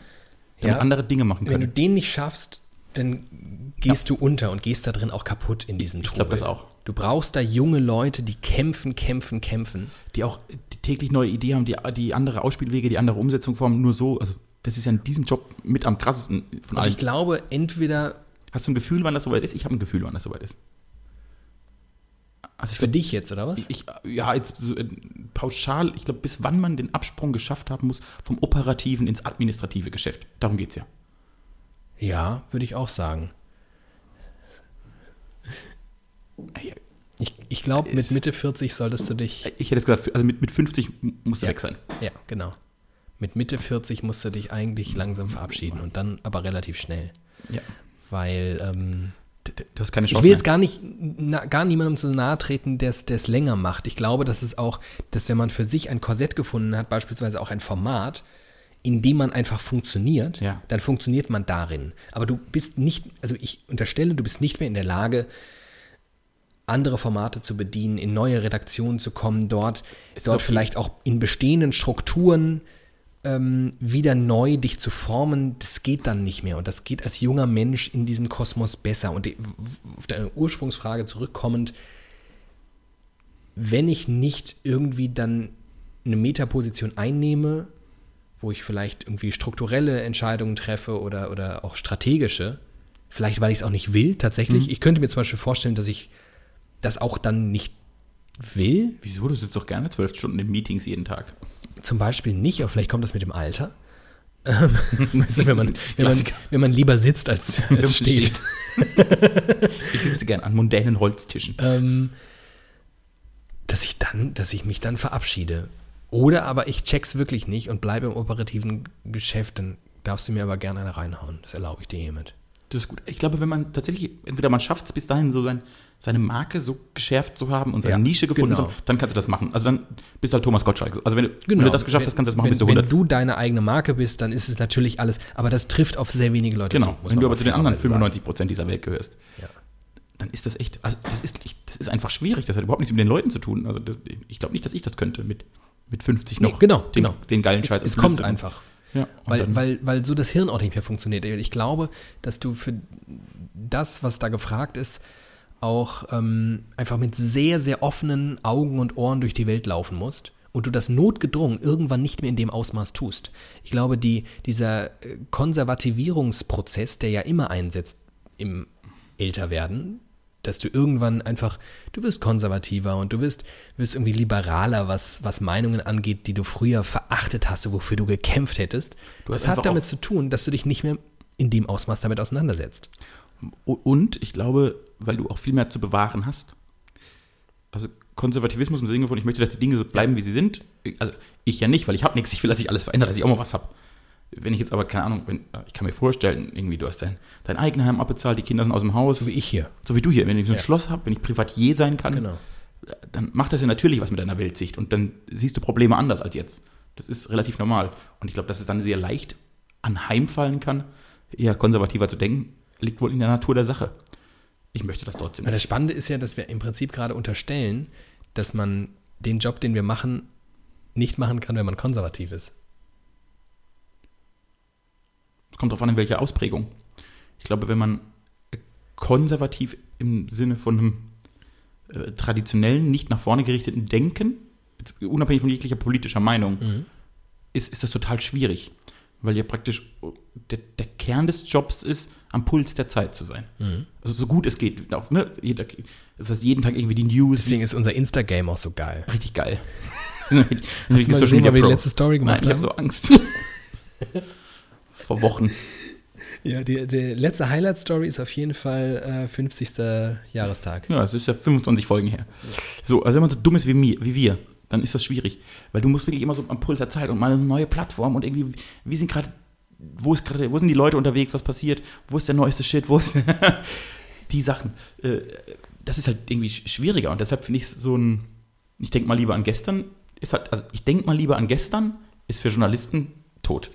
Speaker 2: Damit
Speaker 1: Ja.
Speaker 2: andere Dinge machen
Speaker 1: Wenn du
Speaker 2: können.
Speaker 1: den nicht schaffst, dann gehst du unter und gehst da drin auch kaputt in diesem Trubel.
Speaker 2: glaub das auch.
Speaker 1: Du brauchst da junge Leute, die kämpfen, kämpfen, kämpfen.
Speaker 2: Die auch täglich neue Ideen haben, die, die andere Ausspielwege, die andere Umsetzung formen, nur so, also das ist ja in diesem Job mit am krassesten von
Speaker 1: Und
Speaker 2: allen.
Speaker 1: ich glaube, entweder
Speaker 2: Hast du ein Gefühl, wann das soweit ist? Ich habe ein Gefühl, wann das soweit ist. Also ich
Speaker 1: für dich jetzt, oder was?
Speaker 2: ich, ja, jetzt so, äh, pauschal, ich glaube, bis wann man den Absprung geschafft haben muss vom operativen ins administrative Geschäft. Darum geht's ja.
Speaker 1: Ja, würde ich auch sagen. Ich, ich
Speaker 2: Äh,
Speaker 1: glaube, mit Mitte 40 solltest du dich.
Speaker 2: Ich hätte jetzt gesagt, also mit, mit 50 musst du
Speaker 1: Ja.
Speaker 2: weg sein.
Speaker 1: Ja, genau. Mit Mitte 40 musst du dich eigentlich langsam verabschieden und dann aber relativ schnell.
Speaker 2: Ja.
Speaker 1: Weil. Ähm,
Speaker 2: Du, du hast keine Chance.
Speaker 1: Ich will
Speaker 2: mehr.
Speaker 1: jetzt gar nicht, na, gar niemandem zu nahe treten, der es länger macht. Ich glaube, dass es auch, dass wenn man für sich ein Korsett gefunden hat, beispielsweise auch ein Format, in dem man einfach funktioniert,
Speaker 2: Ja.
Speaker 1: dann funktioniert man darin. Aber du bist nicht, also ich unterstelle, du bist nicht mehr in der Lage, andere Formate zu bedienen, in neue Redaktionen zu kommen, dort,
Speaker 2: ist
Speaker 1: dort
Speaker 2: auch-
Speaker 1: vielleicht auch in bestehenden Strukturen ähm, wieder neu dich zu formen, das geht dann nicht mehr. Und das geht als junger Mensch in diesem Kosmos besser. Und die, auf deine Ursprungsfrage zurückkommend, wenn ich nicht irgendwie dann eine Metaposition einnehme, wo ich vielleicht irgendwie strukturelle Entscheidungen treffe oder, oder auch strategische, vielleicht weil ich es auch nicht will tatsächlich. Ich könnte mir zum Beispiel vorstellen, dass ich das auch dann nicht will,
Speaker 2: Wieso? Du sitzt doch gerne zwölf Stunden in Meetings jeden Tag.
Speaker 1: zum Beispiel nicht, aber vielleicht kommt das mit dem Alter. Ähm, *laughs* weißt du, wenn, man, wenn, man,
Speaker 2: Klassiker.
Speaker 1: wenn man lieber sitzt
Speaker 2: *laughs*
Speaker 1: als, als steht.
Speaker 2: ich sitze gern an mondänen Holztischen.
Speaker 1: ähm, dass ich dann, dass ich mich dann verabschiede. Oder aber ich check's wirklich nicht und bleibe im operativen Geschäft, dann darfst du mir aber gerne eine reinhauen. Das erlaube ich dir hiermit.
Speaker 2: Das ist gut. Ich glaube, wenn man tatsächlich, entweder man schafft es bis dahin, so sein, seine Marke so geschärft zu haben und seine
Speaker 1: Ja,
Speaker 2: Nische gefunden
Speaker 1: genau.
Speaker 2: zu haben, dann kannst du das machen. Also dann bist du halt Thomas Gottschalk. Also wenn du, wenn du das geschafft hast, kannst du das machen
Speaker 1: wenn,
Speaker 2: bis zu
Speaker 1: Wenn
Speaker 2: 100.
Speaker 1: du deine eigene Marke bist, dann ist es natürlich alles, aber das trifft auf sehr wenige Leute zu.
Speaker 2: Genau,
Speaker 1: muss
Speaker 2: wenn
Speaker 1: man
Speaker 2: du aber
Speaker 1: mal
Speaker 2: zu den anderen
Speaker 1: fairerweise sagen.
Speaker 2: 95 Prozent dieser Welt gehörst,
Speaker 1: Ja.
Speaker 2: dann ist das echt, also das ist, nicht, das ist einfach schwierig, das hat überhaupt nichts mit den Leuten zu tun. Also das, ich glaube nicht, dass ich das könnte mit, mit 50 noch.
Speaker 1: Nee, genau,
Speaker 2: den,
Speaker 1: genau.
Speaker 2: Den geilen
Speaker 1: es,
Speaker 2: Scheiß.
Speaker 1: Es, es
Speaker 2: und
Speaker 1: kommt
Speaker 2: Blödsinn.
Speaker 1: einfach.
Speaker 2: Ja, und
Speaker 1: Weil,
Speaker 2: dann-
Speaker 1: weil, weil so das Hirn auch nicht mehr funktioniert. Ich glaube, dass du für das, was da gefragt ist, auch ähm, einfach mit sehr, sehr offenen Augen und Ohren durch die Welt laufen musst und du das notgedrungen irgendwann nicht mehr in dem Ausmaß tust. Ich glaube, die, dieser äh, Konservativierungsprozess, der ja immer einsetzt im älter werden, dass du irgendwann einfach, du wirst konservativer und du wirst, wirst irgendwie liberaler, was, was Meinungen angeht, die du früher verachtet hast, wofür du gekämpft hättest.
Speaker 2: Du hast
Speaker 1: das hat
Speaker 2: einfach
Speaker 1: damit
Speaker 2: auch-
Speaker 1: zu tun, dass du dich nicht mehr in dem Ausmaß damit auseinandersetzt.
Speaker 2: Und ich glaube, weil du auch viel mehr zu bewahren hast. Also Konservativismus im Sinne von, ich möchte, dass die Dinge so bleiben, wie sie sind. Also ich ja nicht, weil ich habe nichts. Ich will, dass sich alles verändert, dass ich auch mal was habe. Wenn ich jetzt aber, keine Ahnung, wenn, äh, ich kann mir vorstellen, irgendwie, du hast dein, dein Eigenheim abbezahlt, die Kinder sind aus dem Haus.
Speaker 1: So wie ich hier.
Speaker 2: So wie du hier. Wenn ich so ein
Speaker 1: Ja.
Speaker 2: Schloss habe, wenn ich Privatier sein kann,
Speaker 1: Genau.
Speaker 2: dann macht das ja natürlich was mit deiner Weltsicht. Und dann siehst du Probleme anders als jetzt. Das ist relativ normal. Und ich glaube, dass es dann sehr leicht anheimfallen kann, eher konservativer zu denken, liegt wohl in der Natur der Sache. Ich möchte das trotzdem.
Speaker 1: Na, das Spannende ist ja, dass wir im Prinzip gerade unterstellen, dass man den Job, den wir machen, nicht machen kann, wenn man konservativ ist.
Speaker 2: Es kommt darauf an, in welcher Ausprägung. Ich glaube, wenn man konservativ im Sinne von einem äh, traditionellen, nicht nach vorne gerichteten Denken, jetzt unabhängig von jeglicher politischer Meinung,
Speaker 1: Mhm.
Speaker 2: ist, ist das total schwierig. Weil ja praktisch äh, der, der Kern des Jobs ist, am Puls der Zeit zu sein.
Speaker 1: Mhm.
Speaker 2: Also so gut es geht. Auch, ne? Jeder, das heißt, jeden Tag irgendwie die News.
Speaker 1: Deswegen ist unser Insta-Game auch so geil.
Speaker 2: richtig
Speaker 1: *laughs*
Speaker 2: geil. Deswegen bist
Speaker 1: mal
Speaker 2: schon
Speaker 1: gesehen,
Speaker 2: wieder
Speaker 1: weil wir die
Speaker 2: Pro.
Speaker 1: letzte Story gemacht
Speaker 2: Nein, ich habe
Speaker 1: haben? *laughs*
Speaker 2: so Angst. Vor Wochen.
Speaker 1: Ja, die, die letzte Highlight-Story ist auf jeden Fall äh, 50. Jahrestag.
Speaker 2: Ja, es ist ja 25 Folgen her. So, also wenn man so dumm ist wie, mir, wie wir, dann ist das schwierig. Weil du musst wirklich immer so am Puls der Zeit und mal eine neue Plattform und irgendwie, wie sind gerade, wo ist gerade, wo sind die Leute unterwegs, was passiert, wo ist der neueste Shit, wo ist *laughs* die Sachen. Äh, Das ist halt irgendwie sch- schwieriger und deshalb finde ich so ein, ich denke mal lieber an gestern, ist halt, also ich denke mal lieber an gestern, ist für Journalisten tot.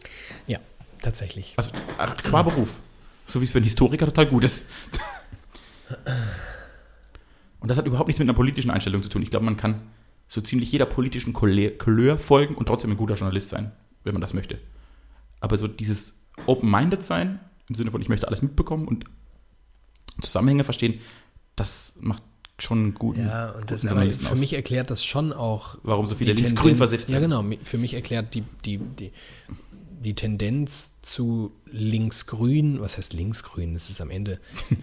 Speaker 1: Ja, tatsächlich.
Speaker 2: Also ach, qua Beruf. So wie es für einen Historiker total gut ist. Und das hat überhaupt nichts mit einer politischen Einstellung zu tun. Ich glaube, man kann so ziemlich jeder politischen Couleur- Couleur folgen und trotzdem ein guter Journalist sein, wenn man das möchte. Aber so dieses Open-Minded sein, im Sinne von, ich möchte alles mitbekommen und Zusammenhänge verstehen, das macht schon einen guten,
Speaker 1: Ja, und das
Speaker 2: guten
Speaker 1: aber
Speaker 2: Journalisten
Speaker 1: für
Speaker 2: aus.
Speaker 1: mich erklärt das schon auch.
Speaker 2: Warum so
Speaker 1: die
Speaker 2: viele links
Speaker 1: Tendenz-
Speaker 2: grün versifft sind.
Speaker 1: Ja, genau. Mi- Für mich erklärt die, die, die, die Tendenz zu linksgrün, was heißt linksgrün? Das ist am
Speaker 2: *laughs*
Speaker 1: Ende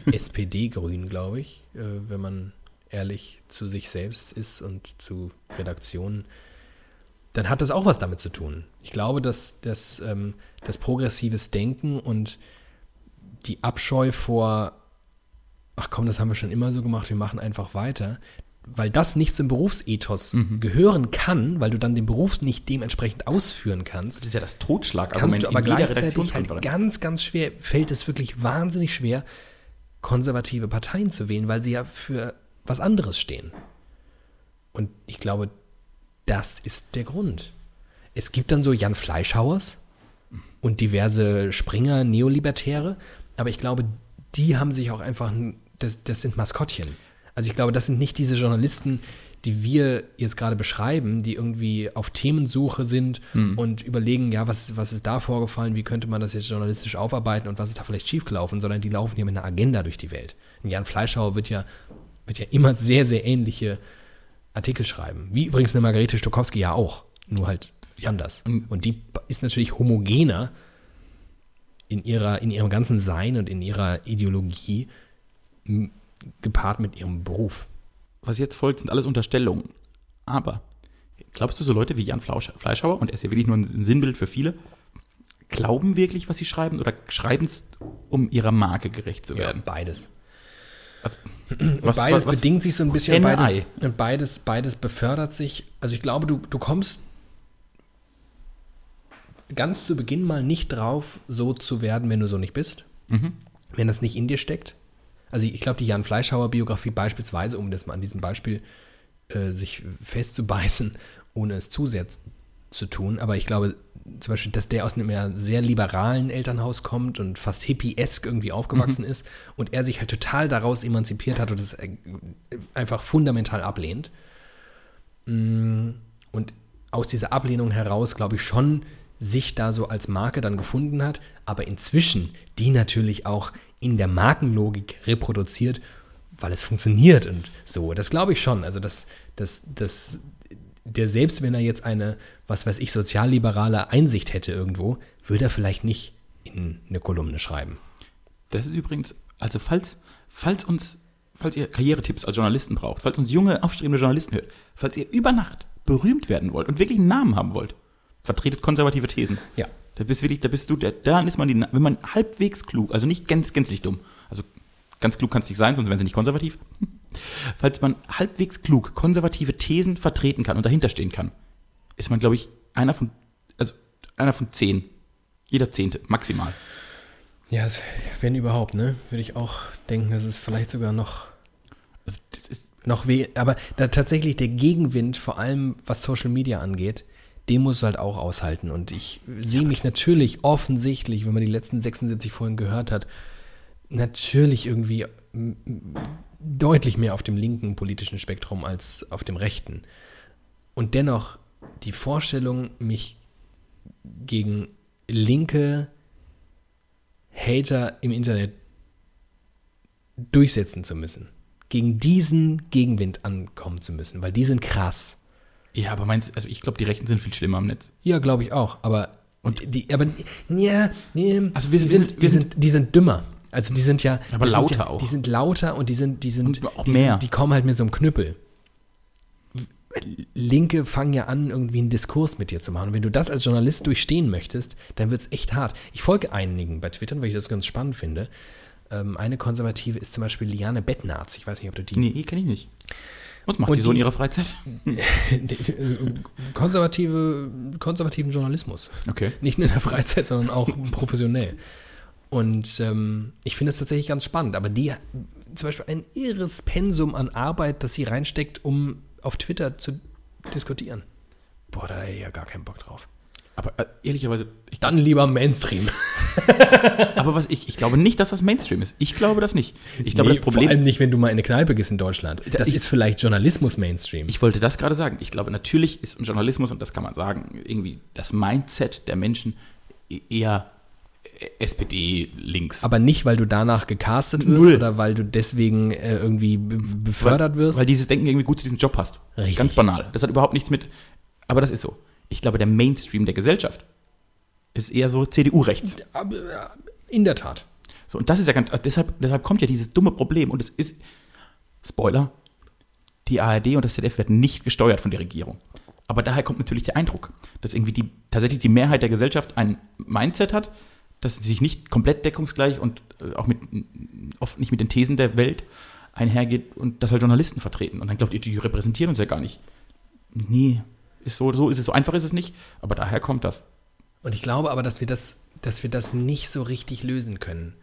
Speaker 1: SPD-grün, glaube ich, äh, wenn man ehrlich zu sich selbst ist und zu Redaktionen. Dann hat das auch was damit zu tun. Ich glaube, dass, dass ähm, das progressives Denken und die Abscheu vor ach komm, das haben wir schon immer so gemacht, wir machen einfach weiter, weil das nicht zum Berufsethos
Speaker 2: Mhm.
Speaker 1: gehören kann, weil du dann den Beruf nicht dementsprechend ausführen kannst,
Speaker 2: Das ist ja das
Speaker 1: kannst
Speaker 2: Totschlagargument
Speaker 1: du aber gleichzeitig halt
Speaker 2: Redaktionskonferenz.
Speaker 1: ganz, ganz schwer, fällt es wirklich wahnsinnig schwer, konservative Parteien zu wählen, weil sie ja für was anderes stehen. Und ich glaube, das ist der Grund. Es gibt dann so Jan Fleischhauers und diverse Springer, Neolibertäre, aber ich glaube, die haben sich auch einfach, n- das, das sind Maskottchen. Also ich glaube, das sind nicht diese Journalisten, die wir jetzt gerade beschreiben, die irgendwie auf Themensuche sind und überlegen, ja, was, was ist da vorgefallen, wie könnte man das jetzt journalistisch aufarbeiten und was ist da vielleicht schiefgelaufen, sondern die laufen hier mit einer Agenda durch die Welt. Und Jan Fleischhauer wird ja, wird ja immer sehr, sehr ähnliche Artikel schreiben. Wie übrigens eine Margarete Stokowski ja auch, nur halt anders. Und die ist natürlich homogener in, ihrer, in ihrem ganzen Sein und in ihrer Ideologie m, gepaart mit ihrem Beruf.
Speaker 2: was jetzt folgt, sind alles Unterstellungen. Aber glaubst du, so Leute wie Jan Flausch- Fleischhauer, und er ist ja wirklich nur ein Sinnbild für viele, glauben wirklich, was sie schreiben oder schreiben es, um ihrer Marke gerecht zu werden?
Speaker 1: Beides.
Speaker 2: Also,
Speaker 1: Und beides bedingt sich so ein bisschen. und
Speaker 2: Henne,
Speaker 1: Beides,
Speaker 2: Ei.
Speaker 1: und beides, beides befördert sich. Also ich glaube, du, du kommst ganz zu Beginn mal nicht drauf, so zu werden, wenn du so nicht bist. Wenn das nicht in dir steckt. Also ich glaube, die Jan Fleischhauer-Biografie beispielsweise, um das mal an diesem Beispiel äh, sich festzubeißen, ohne es zu sehr z- zu tun. Aber ich glaube zum Beispiel, dass der aus einem eher sehr liberalen Elternhaus kommt und fast hippiesk irgendwie aufgewachsen ist und er sich halt total daraus emanzipiert hat und es äh, einfach fundamental ablehnt. Mm, Und aus dieser Ablehnung heraus, glaube ich, schon sich da so als Marke dann gefunden hat, aber inzwischen die natürlich auch in der Markenlogik reproduziert, weil es funktioniert und so. Das glaube ich schon. Also, dass, dass, dass der selbst wenn er jetzt eine, was weiß ich, sozialliberale Einsicht hätte irgendwo, würde er vielleicht nicht in eine Kolumne schreiben.
Speaker 2: Das ist übrigens Also falls, falls uns, falls ihr Karrieretipps als Journalisten braucht, falls uns junge, aufstrebende Journalisten hört, falls ihr über Nacht berühmt werden wollt und wirklich einen Namen haben wollt, vertretet konservative Thesen.
Speaker 1: Ja.
Speaker 2: Da bist wirklich, da bist du, da, dann ist man, die, wenn man halbwegs klug, also nicht ganz, gänzlich dumm, also ganz klug kann es nicht sein, sonst wären sie nicht konservativ. *laughs* Falls man halbwegs klug konservative Thesen vertreten kann und dahinter stehen kann, ist man, glaube ich, einer von, also einer von zehn. Jeder Zehnte, maximal.
Speaker 1: Ja, es- wenn überhaupt, ne? Würde ich auch denken, dass es vielleicht sogar noch,
Speaker 2: Also das ist,
Speaker 1: noch weh. Aber da tatsächlich der Gegenwind, vor allem was Social Media angeht, den musst du halt auch aushalten. Und ich sehe mich natürlich offensichtlich, wenn man die letzten 76 Folgen gehört hat, natürlich irgendwie mm, mm, deutlich mehr auf dem linken politischen Spektrum als auf dem rechten. Und dennoch die Vorstellung, mich gegen linke Hater im Internet durchsetzen zu müssen, gegen diesen Gegenwind ankommen zu müssen, weil die sind krass.
Speaker 2: ja, aber meinst, also ich glaube, die Rechten sind viel schlimmer am Netz.
Speaker 1: Ja, glaube ich auch, aber
Speaker 2: Und-
Speaker 1: die aber ja, nee,
Speaker 2: Also wir
Speaker 1: die
Speaker 2: sind- wir sind-
Speaker 1: die
Speaker 2: wir
Speaker 1: sind die sind dümmer. Also die sind ja
Speaker 2: Aber
Speaker 1: die
Speaker 2: lauter
Speaker 1: sind ja,
Speaker 2: auch.
Speaker 1: Die sind lauter und die sind die sind
Speaker 2: Und auch
Speaker 1: die,
Speaker 2: mehr.
Speaker 1: Sind, die kommen halt mit so einem Knüppel. Linke fangen ja an, irgendwie einen Diskurs mit dir zu machen. Und wenn du das als Journalist durchstehen möchtest, dann wird es echt hart. Ich folge einigen bei Twitter, weil ich das ganz spannend finde. Ähm, eine Konservative ist zum Beispiel Liane Bettnarz. Ich weiß nicht, ob du die
Speaker 2: Nee, kenne ich nicht. Was macht
Speaker 1: Und
Speaker 2: die so in
Speaker 1: die-
Speaker 2: ihrer Freizeit?
Speaker 1: *laughs* äh, konservative, konservativen Journalismus.
Speaker 2: Okay.
Speaker 1: Nicht nur in der Freizeit, sondern auch professionell. Und ähm, ich finde es tatsächlich ganz spannend. Aber die zum Beispiel ein irres Pensum an Arbeit, das sie reinsteckt, um auf Twitter zu diskutieren. Boah, da hätte ich ja gar keinen Bock drauf.
Speaker 2: Aber äh, ehrlicherweise, ich,
Speaker 1: Dann lieber Mainstream.
Speaker 2: aber was ich, ich glaube nicht, dass das Mainstream ist. Ich glaube das nicht. Ich glaube,
Speaker 1: Nee,
Speaker 2: das Problem.
Speaker 1: Vor allem nicht, wenn du mal in eine Kneipe gehst in Deutschland. Das
Speaker 2: ich-
Speaker 1: ist vielleicht Journalismus-Mainstream.
Speaker 2: Ich wollte das gerade sagen. Ich glaube, natürlich ist im Journalismus, und das kann man sagen, irgendwie das Mindset der Menschen e- eher äh, SPD links.
Speaker 1: Aber nicht, weil du danach gecastet wirst
Speaker 2: Null.
Speaker 1: oder weil du deswegen äh, irgendwie be- befördert wirst.
Speaker 2: Weil dieses Denken irgendwie gut zu diesem Job passt.
Speaker 1: Richtig.
Speaker 2: Ganz banal. Das hat überhaupt nichts mit. Aber das ist so. Ich glaube, der Mainstream der Gesellschaft ist eher so CDU-rechts.
Speaker 1: Aber, äh, In der Tat.
Speaker 2: So, und das ist ja ganz. äh, Deshalb, deshalb kommt ja dieses dumme Problem. Und es ist. Spoiler. Die ARD und das ZDF werden nicht gesteuert von der Regierung. Aber daher kommt natürlich der Eindruck, dass irgendwie die, tatsächlich die Mehrheit der Gesellschaft ein Mindset hat, dass sie sich nicht komplett deckungsgleich und äh, auch mit, oft nicht mit den Thesen der Welt einhergeht und das halt Journalisten vertreten. Und dann glaubt ihr, die repräsentieren uns ja gar nicht. Nee, ist so, so ist es. So einfach ist es nicht, aber daher kommt das.
Speaker 1: Und ich glaube aber, dass wir das, dass wir das nicht so richtig lösen können.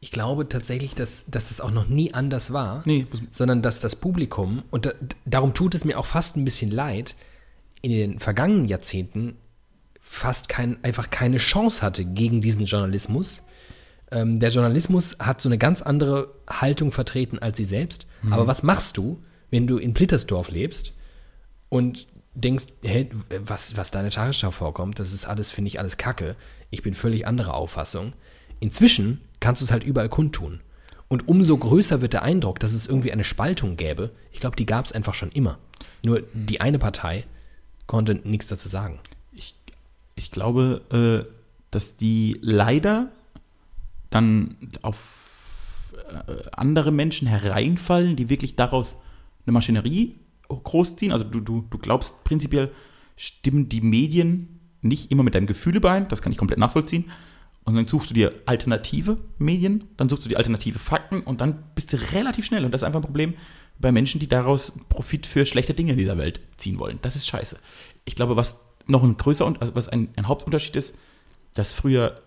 Speaker 1: Ich glaube tatsächlich, dass, dass das auch noch nie anders war,
Speaker 2: Nee, muss-
Speaker 1: sondern dass das Publikum, und da, darum tut es mir auch fast ein bisschen leid, in den vergangenen Jahrzehnten fast kein, einfach keine Chance hatte gegen diesen Journalismus. Ähm, der Journalismus hat so eine ganz andere Haltung vertreten als sie selbst. Aber was machst du, wenn du in Plittersdorf lebst und denkst, hey, was, was deine Tagesschau vorkommt, das ist alles, finde ich, alles Kacke. Ich bin völlig anderer Auffassung. Inzwischen kannst du es halt überall kundtun. Und umso größer wird der Eindruck, dass es irgendwie eine Spaltung gäbe. Ich glaube, die gab es einfach schon immer. Nur die eine Partei konnte nichts dazu sagen.
Speaker 2: ich, ich glaube, äh, dass die leider dann auf äh, andere Menschen hereinfallen, die wirklich daraus eine Maschinerie großziehen. Also du, du, du glaubst prinzipiell, stimmen die Medien nicht immer mit deinem Gefühl überein, das kann ich komplett nachvollziehen. Und dann suchst du dir alternative Medien, dann suchst du dir alternative Fakten und dann bist du relativ schnell. Und das ist einfach ein Problem bei Menschen, die daraus Profit für schlechte Dinge in dieser Welt ziehen wollen. Das ist scheiße. Ich glaube, was noch ein größer und also was ein, ein Hauptunterschied ist, dass früher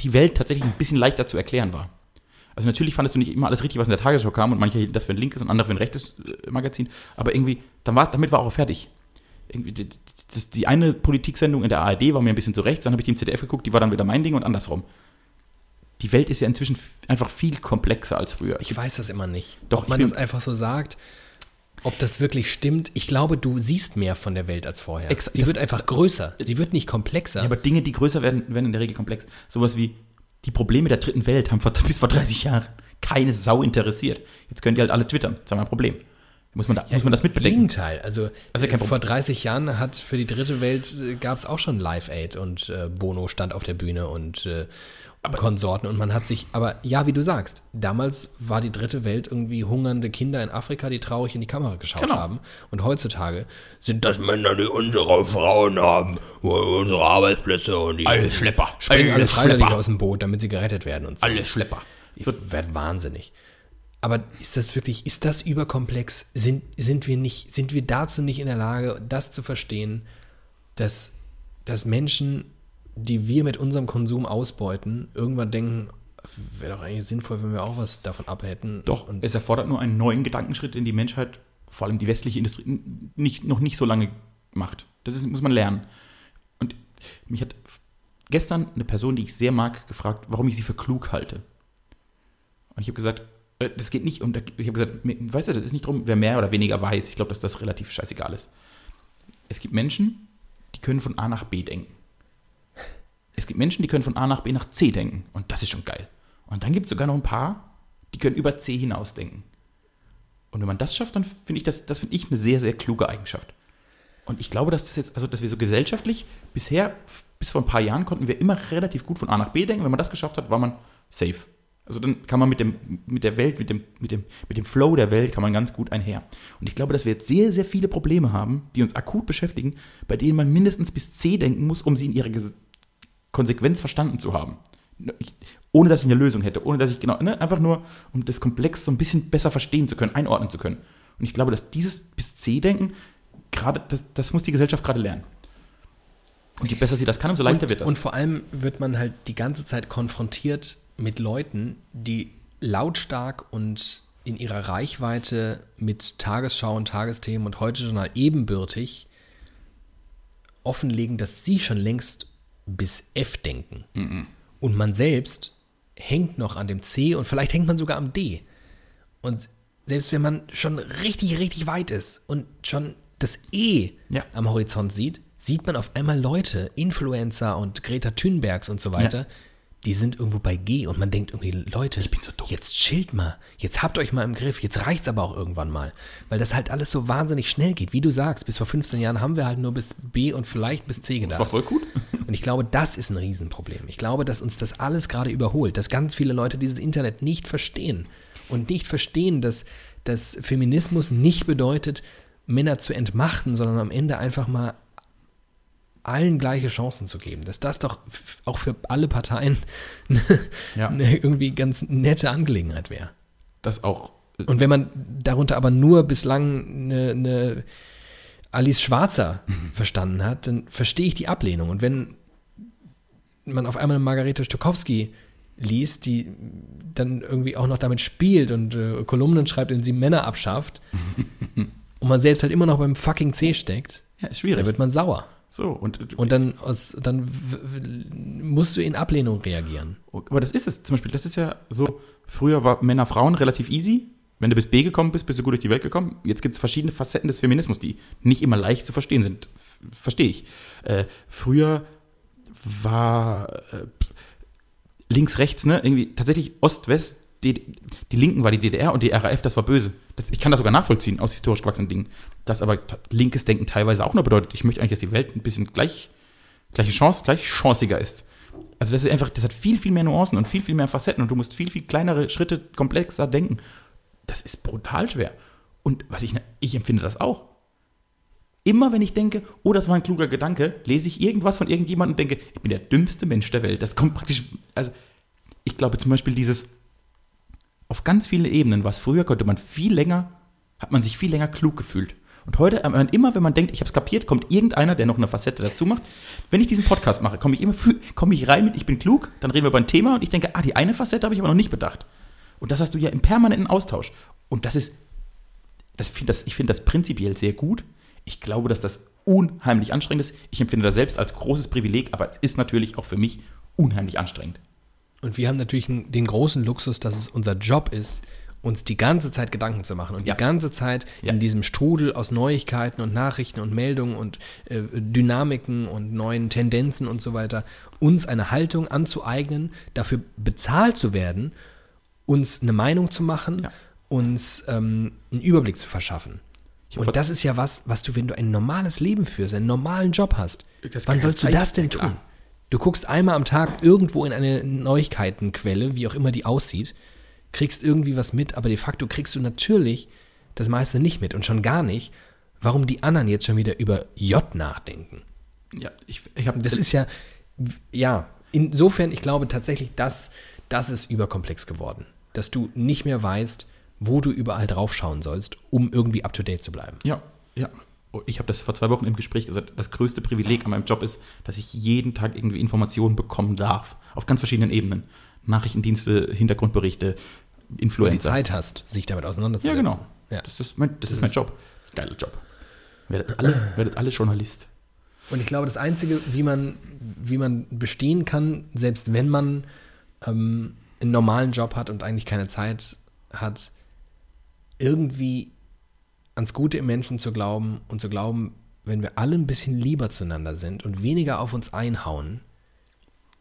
Speaker 2: die Welt tatsächlich ein bisschen leichter zu erklären war. Also natürlich fandest du nicht immer alles richtig, was in der Tagesschau kam und manche hielten das für ein linkes und andere für ein rechtes äh, Magazin, aber irgendwie, dann war, damit war auch fertig. Irgendwie, die, die- das, die eine Politiksendung in der ARD war mir ein bisschen zu rechts, dann habe ich die im ZDF geguckt, die war dann wieder mein Ding und andersrum. Die Welt ist ja inzwischen f- einfach viel komplexer als früher.
Speaker 1: Ich weiß das immer nicht.
Speaker 2: Doch,
Speaker 1: ob man
Speaker 2: ich bin-
Speaker 1: das einfach so sagt, ob das wirklich stimmt. Ich glaube, du siehst mehr von der Welt als vorher.
Speaker 2: Exa-
Speaker 1: Sie
Speaker 2: das-
Speaker 1: wird einfach größer. Sie wird nicht komplexer.
Speaker 2: Ja, aber Dinge, die größer werden, werden in der Regel komplex. Sowas wie die Probleme der dritten *laughs* Welt haben vor, bis vor 30 Jahren keine Sau interessiert. Jetzt können die halt alle twittern. Das ist mein Problem. Muss man, da, muss man das mitbedenken?
Speaker 1: Gegenteil. Also,
Speaker 2: Also kein
Speaker 1: äh, vor
Speaker 2: Problem.
Speaker 1: 30 Jahren hat für die dritte Welt gab es auch schon Live Aid und äh, Bono stand auf der Bühne und äh, Konsorten und man hat sich, aber ja, wie du sagst, damals war die dritte Welt irgendwie hungernde Kinder in Afrika, die traurig in die Kamera geschaut
Speaker 2: Genau.
Speaker 1: haben. Und heutzutage sind das
Speaker 4: dass Männer, die unsere Frauen haben, unsere Arbeitsplätze und die
Speaker 2: Alle Schlepper.
Speaker 1: springen alle
Speaker 2: alle
Speaker 1: freiwillig
Speaker 2: Schlepper.
Speaker 1: aus dem Boot, damit sie gerettet werden und so.
Speaker 2: Alle Schlepper.
Speaker 1: Ich werd wahnsinnig. Aber ist das wirklich, ist das überkomplex? Sind, sind wir nicht, sind wir dazu nicht in der Lage, das zu verstehen, dass, dass Menschen, die wir mit unserem Konsum ausbeuten, irgendwann denken, wäre doch eigentlich sinnvoll, wenn wir auch was davon abhätten.
Speaker 2: Doch,
Speaker 1: Und
Speaker 2: es erfordert nur einen neuen Gedankenschritt, den die Menschheit, vor allem die westliche Industrie, n- nicht, noch nicht so lange macht. Das ist, muss man lernen. Und mich hat f- gestern eine Person, die ich sehr mag, gefragt, warum ich sie für klug halte. Und ich habe gesagt, äh, das geht nicht um, ich habe gesagt, mir- weißt du, das ist nicht drum, wer mehr oder weniger weiß. Ich glaube, dass das relativ scheißegal ist. Es gibt Menschen, die können von A nach B denken. Es gibt Menschen, die können von A nach B nach C denken. Und das ist schon geil. Und dann gibt es sogar noch ein paar, die können über C hinausdenken. Und wenn man das schafft, dann finde ich das, das finde ich eine sehr, sehr kluge Eigenschaft. Und ich glaube, dass das jetzt, also dass wir so gesellschaftlich bisher, f- bis vor ein paar Jahren konnten wir immer relativ gut von A nach B denken. Wenn man das geschafft hat, war man safe. Also dann kann man mit dem, mit der Welt, mit dem, mit dem, mit dem Flow der Welt kann man ganz gut einher. Und ich glaube, dass wir jetzt sehr, sehr viele Probleme haben, die uns akut beschäftigen, bei denen man mindestens bis C denken muss, um sie in ihrer Ges- Konsequenz verstanden zu haben. Ne, Ich- Ohne dass ich eine Lösung hätte, ohne dass ich genau, ne, einfach nur, um das Komplex so ein bisschen besser verstehen zu können, einordnen zu können. Und ich glaube, dass dieses bis C-Denken, gerade, das, das muss die Gesellschaft gerade lernen. Und je besser sie das kann, umso leichter wird das.
Speaker 1: Und vor allem wird man halt die ganze Zeit konfrontiert mit Leuten, die lautstark und in ihrer Reichweite mit Tagesschau und Tagesthemen und heute Journal ebenbürtig offenlegen, dass sie schon längst bis F denken. Und man selbst hängt noch an dem C und vielleicht hängt man sogar am D. Und selbst wenn man schon richtig, richtig weit ist und schon das E
Speaker 2: Ja.
Speaker 1: am Horizont sieht, sieht man auf einmal Leute, Influencer und Greta Thunbergs und so weiter, die sind irgendwo bei G und man denkt irgendwie, Leute, ich bin so dumm. jetzt chillt mal, jetzt habt euch mal im Griff, jetzt reicht's aber auch irgendwann mal, weil das halt alles so wahnsinnig schnell geht. Wie du sagst, bis vor 15 Jahren haben wir halt nur bis B und vielleicht bis C gedacht.
Speaker 2: das war voll gut.
Speaker 1: Und ich glaube, das ist ein Riesenproblem. Ich glaube, dass uns das alles gerade überholt, dass ganz viele Leute dieses Internet nicht verstehen und nicht verstehen, dass, dass Feminismus nicht bedeutet, Männer zu entmachten, sondern am Ende einfach mal allen gleiche Chancen zu geben. Dass das doch f- auch für alle Parteien *laughs* eine,
Speaker 2: Ja.
Speaker 1: eine irgendwie ganz nette Angelegenheit wäre.
Speaker 2: Das auch.
Speaker 1: Und wenn man darunter aber nur bislang eine, eine Alice Schwarzer verstanden hat, dann verstehe ich die Ablehnung. Und wenn man auf einmal eine Margarete Stokowski liest, die dann irgendwie auch noch damit spielt und äh, Kolumnen schreibt, in denen sie Männer abschafft, und man selbst halt immer noch beim fucking C steckt,
Speaker 2: Ja, ist
Speaker 1: da
Speaker 2: schwierig.
Speaker 1: wird man sauer.
Speaker 2: So, und,
Speaker 1: Und dann, aus, dann w- w- musst du in Ablehnung reagieren.
Speaker 2: Aber das ist es. Zum Beispiel, das ist ja so, früher war Männer, Frauen relativ easy. Wenn du bis B gekommen bist, bist du gut durch die Welt gekommen. Jetzt gibt es verschiedene Facetten des Feminismus, die nicht immer leicht zu verstehen sind. F- Verstehe ich. Äh, früher war äh, pf, links, rechts, ne? Irgendwie tatsächlich Ost, West, die, die Linken war die DDR und die RAF, das war böse. Das, ich kann das sogar nachvollziehen aus historisch gewachsenen Dingen. Das aber t- linkes Denken teilweise auch nur bedeutet, ich möchte eigentlich, dass die Welt ein bisschen gleich, gleiche Chance, gleich chanceger ist. Also das ist einfach, das hat viel, viel mehr Nuancen und viel, viel mehr Facetten und du musst viel, viel kleinere Schritte komplexer denken. Das ist brutal schwer. Und was ich, ich empfinde das auch. Immer wenn ich denke, oh, das war ein kluger Gedanke, lese ich irgendwas von irgendjemandem und denke, ich bin der dümmste Mensch der Welt. Das kommt praktisch, also ich glaube zum Beispiel dieses, auf ganz vielen Ebenen, was früher konnte man viel länger, hat man sich viel länger klug gefühlt. Und heute, äh, immer wenn man denkt, ich habe es kapiert, kommt irgendeiner, der noch eine Facette dazu macht. Wenn ich diesen Podcast mache, komme ich immer fü- komm ich rein mit, ich bin klug, dann reden wir über ein Thema und ich denke, ah, die eine Facette habe ich aber noch nicht bedacht. Und das hast du ja im permanenten Austausch. Und das ist, das find das, ich finde das prinzipiell sehr gut. Ich glaube, dass das unheimlich anstrengend ist. Ich empfinde das selbst als großes Privileg, aber es ist natürlich auch für mich unheimlich anstrengend.
Speaker 1: Und wir haben natürlich n- den großen Luxus, dass es unser Job ist, uns die ganze Zeit Gedanken zu machen und
Speaker 2: Ja.
Speaker 1: die ganze Zeit
Speaker 2: Ja.
Speaker 1: in diesem Strudel aus Neuigkeiten und Nachrichten und Meldungen und äh, Dynamiken und neuen Tendenzen und so weiter, uns eine Haltung anzueignen, dafür bezahlt zu werden, uns eine Meinung zu machen,
Speaker 2: Ja.
Speaker 1: uns ähm, einen Überblick zu verschaffen.
Speaker 2: Ich hab
Speaker 1: Und
Speaker 2: vor-
Speaker 1: das ist ja was, was du, wenn du ein normales Leben führst, einen normalen Job hast,
Speaker 2: Das
Speaker 1: wann
Speaker 2: kann
Speaker 1: sollst du
Speaker 2: Zeit-
Speaker 1: das denn
Speaker 2: Ja, klar.
Speaker 1: tun? Du guckst einmal am Tag irgendwo in eine Neuigkeitenquelle, wie auch immer die aussieht, kriegst irgendwie was mit, aber de facto kriegst du natürlich das meiste nicht mit und schon gar nicht, warum die anderen jetzt schon wieder über J nachdenken.
Speaker 2: ja, ich, ich hab,
Speaker 1: Das ist ja, ja, insofern, ich glaube tatsächlich, das, das ist überkomplex geworden. Dass du nicht mehr weißt, wo du überall draufschauen sollst, um irgendwie up to date zu bleiben.
Speaker 2: Ja, ja. Oh, Ich habe das vor zwei Wochen im Gespräch gesagt. Das größte Privileg an meinem Job ist, dass ich jeden Tag irgendwie Informationen bekommen darf. Auf ganz verschiedenen Ebenen. Nachrichtendienste, Hintergrundberichte,
Speaker 1: Wenn du die
Speaker 2: Influencer.
Speaker 1: Zeit hast, sich damit
Speaker 2: ja,
Speaker 1: auseinanderzusetzen.
Speaker 2: genau.
Speaker 1: Ja.
Speaker 2: Das ist mein, das ist mein Job. Geiler Job. Werdet alle, werdet alle Journalist.
Speaker 1: Und ich glaube, das Einzige, wie man, wie man bestehen kann, selbst wenn man ähm, einen normalen Job hat und eigentlich keine Zeit hat, irgendwie ans Gute im Menschen zu glauben und zu glauben, wenn wir alle ein bisschen lieber zueinander sind und weniger auf uns einhauen,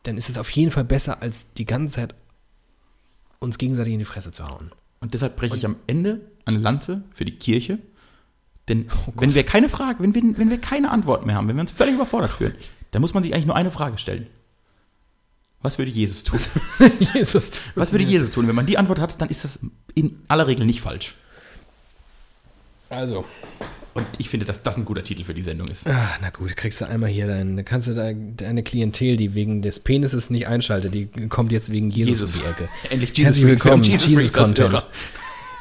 Speaker 1: dann ist es auf jeden Fall besser, als die ganze Zeit uns gegenseitig in die Fresse zu hauen.
Speaker 2: Und deshalb breche ich am Ende eine Lanze für die Kirche. Denn wenn wir keine Frage, wenn wir, wenn wir keine Antwort mehr haben, wenn wir uns völlig überfordert fühlen, dann muss man sich eigentlich nur eine Frage stellen. Was würde Jesus tun?
Speaker 1: Jesus.
Speaker 2: Was würde Jesus tun? Wenn man die Antwort hat, dann ist das in aller Regel nicht falsch.
Speaker 1: Also,
Speaker 2: Und ich finde, dass das ein guter Titel für die Sendung ist.
Speaker 1: Ach, Ah, na gut, kriegst du einmal hier dein, kannst du da deine Klientel, die wegen des Penises nicht einschaltet, die kommt jetzt wegen Jesus, um die *laughs* Ecke.
Speaker 2: Endlich
Speaker 1: Herzlich willkommen,
Speaker 2: Freaks,
Speaker 1: Jesus,
Speaker 2: wir haben Freaks als
Speaker 1: Content.
Speaker 2: Hörer.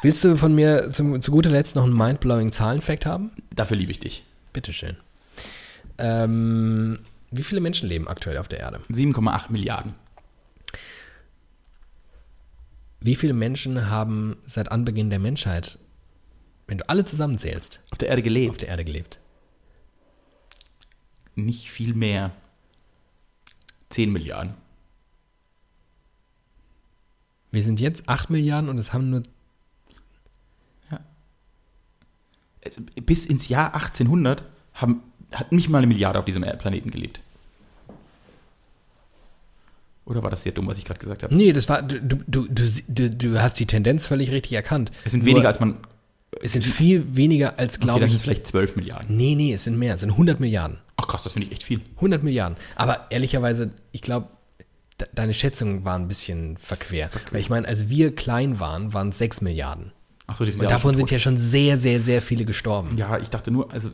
Speaker 1: Willst du von mir zum, zu guter Letzt noch einen mindblowing Zahlenfact haben?
Speaker 2: Dafür liebe ich dich.
Speaker 1: Bitteschön. Ähm, wie viele Menschen leben aktuell auf der Erde?
Speaker 2: 7,8 Milliarden.
Speaker 1: Wie viele Menschen haben seit Anbeginn der Menschheit, wenn du alle zusammenzählst,
Speaker 2: Auf der Erde
Speaker 1: auf
Speaker 2: gelebt.
Speaker 1: der Erde gelebt?
Speaker 2: Nicht viel mehr. 10 Milliarden.
Speaker 1: Wir sind jetzt 8 Milliarden und es haben nur
Speaker 2: Also, Bis ins Jahr 1800 haben, hat nicht mal eine Milliarde auf diesem Erd- Planeten gelebt. Oder war das sehr dumm, was ich gerade gesagt habe?
Speaker 1: Nee, das war du, du, du, du- du, du hast die Tendenz völlig richtig erkannt.
Speaker 2: Es sind
Speaker 1: Nur,
Speaker 2: weniger, als man.
Speaker 1: es sind viel weniger als
Speaker 2: Okay,
Speaker 1: glaube
Speaker 2: dann
Speaker 1: ich.
Speaker 2: sind es vielleicht 12 Milliarden.
Speaker 1: Nee, nee, es sind mehr, es sind 100 Milliarden.
Speaker 2: Ach krass, das finde ich echt viel.
Speaker 1: 100 Milliarden. Aber ehrlicherweise, ich glaube, de deine Schätzungen waren ein bisschen verquer. Weil ich meine, als wir klein waren, waren es 6 Milliarden.
Speaker 2: Ach so, die sind
Speaker 1: Und
Speaker 2: ja auch
Speaker 1: davon
Speaker 2: schon
Speaker 1: sind
Speaker 2: tot.
Speaker 1: ja schon sehr, sehr, sehr viele gestorben.
Speaker 2: Ja, ich dachte nur, also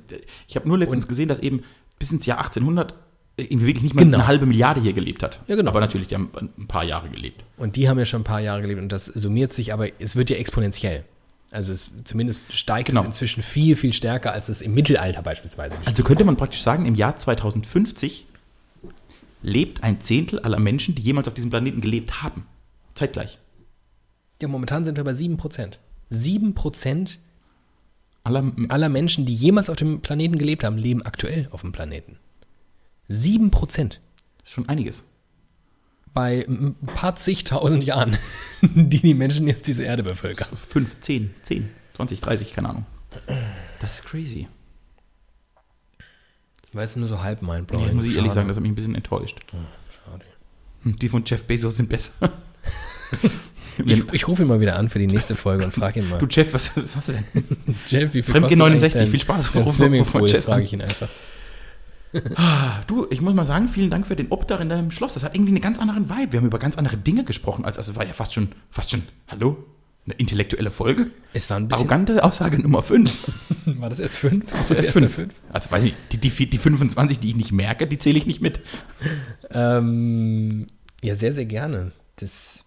Speaker 2: ich habe nur letztens gesehen, dass eben bis ins Jahr 1800 irgendwie wirklich nicht mal
Speaker 1: Genau.
Speaker 2: eine halbe Milliarde hier gelebt hat.
Speaker 1: Ja, genau.
Speaker 2: Aber natürlich, die haben ein paar Jahre gelebt.
Speaker 1: Und die haben ja schon ein paar Jahre gelebt und das summiert sich, aber es wird ja exponentiell. Also es zumindest steigt
Speaker 2: Genau.
Speaker 1: es inzwischen viel, viel stärker, als es im Mittelalter beispielsweise gestiegen
Speaker 2: Also könnte man praktisch sagen, im Jahr 2050 lebt ein Zehntel aller Menschen, die jemals auf diesem Planeten gelebt haben. Zeitgleich.
Speaker 1: Ja, momentan sind wir bei 7%. 7%
Speaker 2: Aller,
Speaker 1: aller Menschen, die jemals auf dem Planeten gelebt haben, leben aktuell auf dem Planeten. 7%
Speaker 2: ist schon einiges.
Speaker 1: bei ein paar zigtausend Jahren, *laughs* die die Menschen jetzt diese Erde bevölkern.
Speaker 2: Fünf, zehn, zehn, 20, 30, keine Ahnung. Das ist crazy.
Speaker 1: Weil es nur so halb mein
Speaker 2: Nee, muss ich ehrlich sagen, das hat mich ein bisschen enttäuscht. Hm,
Speaker 1: Schade.
Speaker 2: Die von Jeff Bezos sind besser. *laughs*
Speaker 1: Ich, ich rufe ihn mal wieder an für die nächste Folge und frage ihn mal.
Speaker 2: du Jeff, was, was hast du denn?
Speaker 1: Jeff, wie viel
Speaker 2: Fremdgeh
Speaker 1: kostet eigentlich
Speaker 2: 69,
Speaker 1: dein-
Speaker 2: viel Spaß,
Speaker 1: dein
Speaker 2: ruf- ruf mal
Speaker 1: Swimmingpool,
Speaker 2: Jeff an.
Speaker 1: frage ich ihn einfach.
Speaker 2: Du, ich muss mal sagen, vielen Dank für den Obdach in deinem Schloss. Das hat irgendwie einen ganz anderen Vibe. Wir haben über ganz andere Dinge gesprochen, als also es war ja fast schon, fast schon, hallo? Eine intellektuelle Folge?
Speaker 1: Es war ein bisschen,
Speaker 2: Arrogante Aussage
Speaker 1: *laughs*
Speaker 2: Nummer 5.
Speaker 1: war das erst fünf?
Speaker 2: Also S5. Also weiß ich, die, die, die 25, die ich nicht merke, die zähle ich nicht mit.
Speaker 1: Ähm, ja, sehr, sehr gerne. Das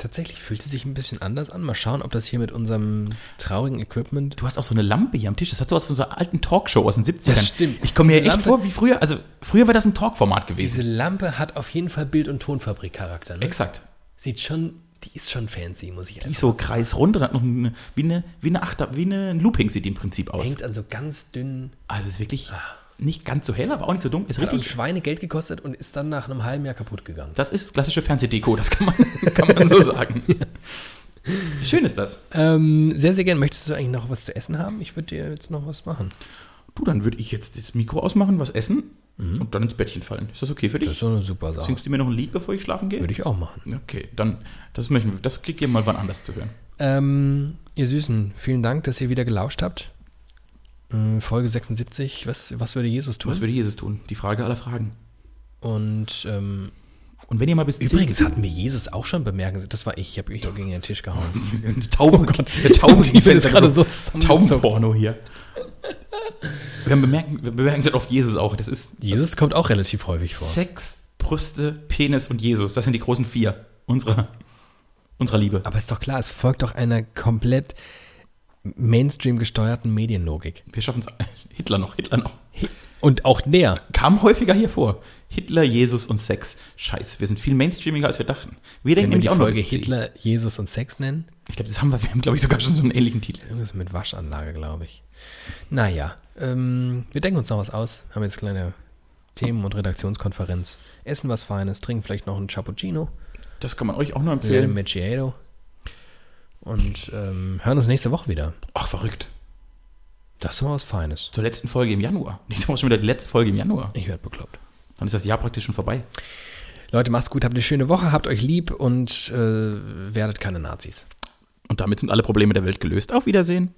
Speaker 1: tatsächlich fühlte sich ein bisschen anders an. Mal schauen, ob das hier mit unserem traurigen Equipment.
Speaker 2: Du hast auch so eine Lampe hier am Tisch. Das hat sowas von so einer alten Talkshow aus den 70ern.
Speaker 1: Das stimmt.
Speaker 2: Ich komme mir
Speaker 1: Diese
Speaker 2: echt
Speaker 1: Lampe-
Speaker 2: vor wie früher. Also früher war das ein Talkformat gewesen.
Speaker 1: Diese Lampe hat auf jeden Fall Bild- und Tonfabrik-Charakter. Ne?
Speaker 2: Exakt.
Speaker 1: Sieht schon, die ist schon fancy, muss ich
Speaker 2: Die
Speaker 1: ehrlich
Speaker 2: ist so kreisrund und hat noch eine, wie eine, wie eine Achter, wie eine ein Looping sieht die im Prinzip aus.
Speaker 1: Hängt an so ganz dünnen.
Speaker 2: Also ist wirklich nicht ganz so hell, aber auch nicht so dunkel. Ist
Speaker 1: Hat
Speaker 2: richtig
Speaker 1: uns Schweinegeld gekostet und ist dann nach einem halben Jahr kaputt gegangen.
Speaker 2: Das ist klassische Fernsehdeko, das kann man, *laughs* kann man so sagen. Schön ist das.
Speaker 1: Ähm, sehr, sehr gerne. Möchtest du eigentlich noch was zu essen haben? Ich würde dir jetzt noch was machen.
Speaker 2: Du, dann würde ich jetzt das Mikro ausmachen, was essen und dann ins Bettchen fallen. Ist Mhm. das okay für dich?
Speaker 1: Das ist so eine super Sache.
Speaker 2: Singst du mir noch ein Lied, bevor ich schlafen gehe?
Speaker 1: Würde ich auch machen.
Speaker 2: Okay, dann, das, möchten wir, das kriegt ihr mal wann anders zu hören.
Speaker 1: Ähm, ihr Süßen, vielen Dank, dass ihr wieder gelauscht habt. Äh, Folge 76, was, was würde Jesus tun?
Speaker 2: Was würde Jesus tun? Die Frage aller Fragen.
Speaker 1: Und ähm,
Speaker 2: Und wenn ihr mal bis
Speaker 1: übrigens hatten wir Jesus auch schon bemerkt. Das war ich, ich habe mich doch gegen den Tisch gehauen.
Speaker 2: Tauben, der Tauben
Speaker 1: Ich bin jetzt gerade so zusammengezuckt.
Speaker 2: Taubenporno *laughs* hier. Wir haben bemerken, wir bemerken es halt auf Jesus auch. Das ist
Speaker 1: *laughs* Jesus kommt auch relativ häufig vor.
Speaker 2: Sex, Brüste, Penis und Jesus. Das sind die großen vier unserer, unserer Liebe.
Speaker 1: Aber ist doch klar, es folgt doch einer komplett Mainstream gesteuerten Medienlogik.
Speaker 2: Wir schaffen es. *laughs* Hitler noch, Hitler noch.
Speaker 1: Und auch näher.
Speaker 2: Kam häufiger hier vor. Hitler, Jesus und Sex. Scheiße, wir sind viel mainstreamiger, als wir dachten. Wir denken
Speaker 1: Wenn wir
Speaker 2: nämlich
Speaker 1: die
Speaker 2: auch noch
Speaker 1: Folge
Speaker 2: bis zehn.
Speaker 1: Hitler, Jesus und Sex nennen.
Speaker 2: Ich glaube, das haben wir. Wir haben, glaube ich, sogar schon so einen ähnlichen Titel.
Speaker 1: Irgendwas mit Waschanlage, glaube ich. Naja, ähm, wir denken uns noch was aus. Haben jetzt kleine Themen- und Redaktionskonferenz. Essen was Feines, trinken vielleicht noch einen Cappuccino,
Speaker 2: Das kann man euch auch nur
Speaker 1: okay. einen
Speaker 2: empfehlen.
Speaker 1: Macchiato und ähm, hören uns nächste Woche wieder.
Speaker 2: Ach, verrückt.
Speaker 1: Das ist mal was Feines.
Speaker 2: Zur letzten Folge im Januar. Nächste Woche schon wieder die letzte Folge im Januar.
Speaker 1: Ich werde bekloppt.
Speaker 2: Dann ist das Jahr praktisch schon vorbei.
Speaker 1: Leute, macht's gut, habt eine schöne Woche, habt euch lieb und äh, werdet keine Nazis.
Speaker 2: Und damit sind alle Probleme der Welt gelöst. Auf Wiedersehen.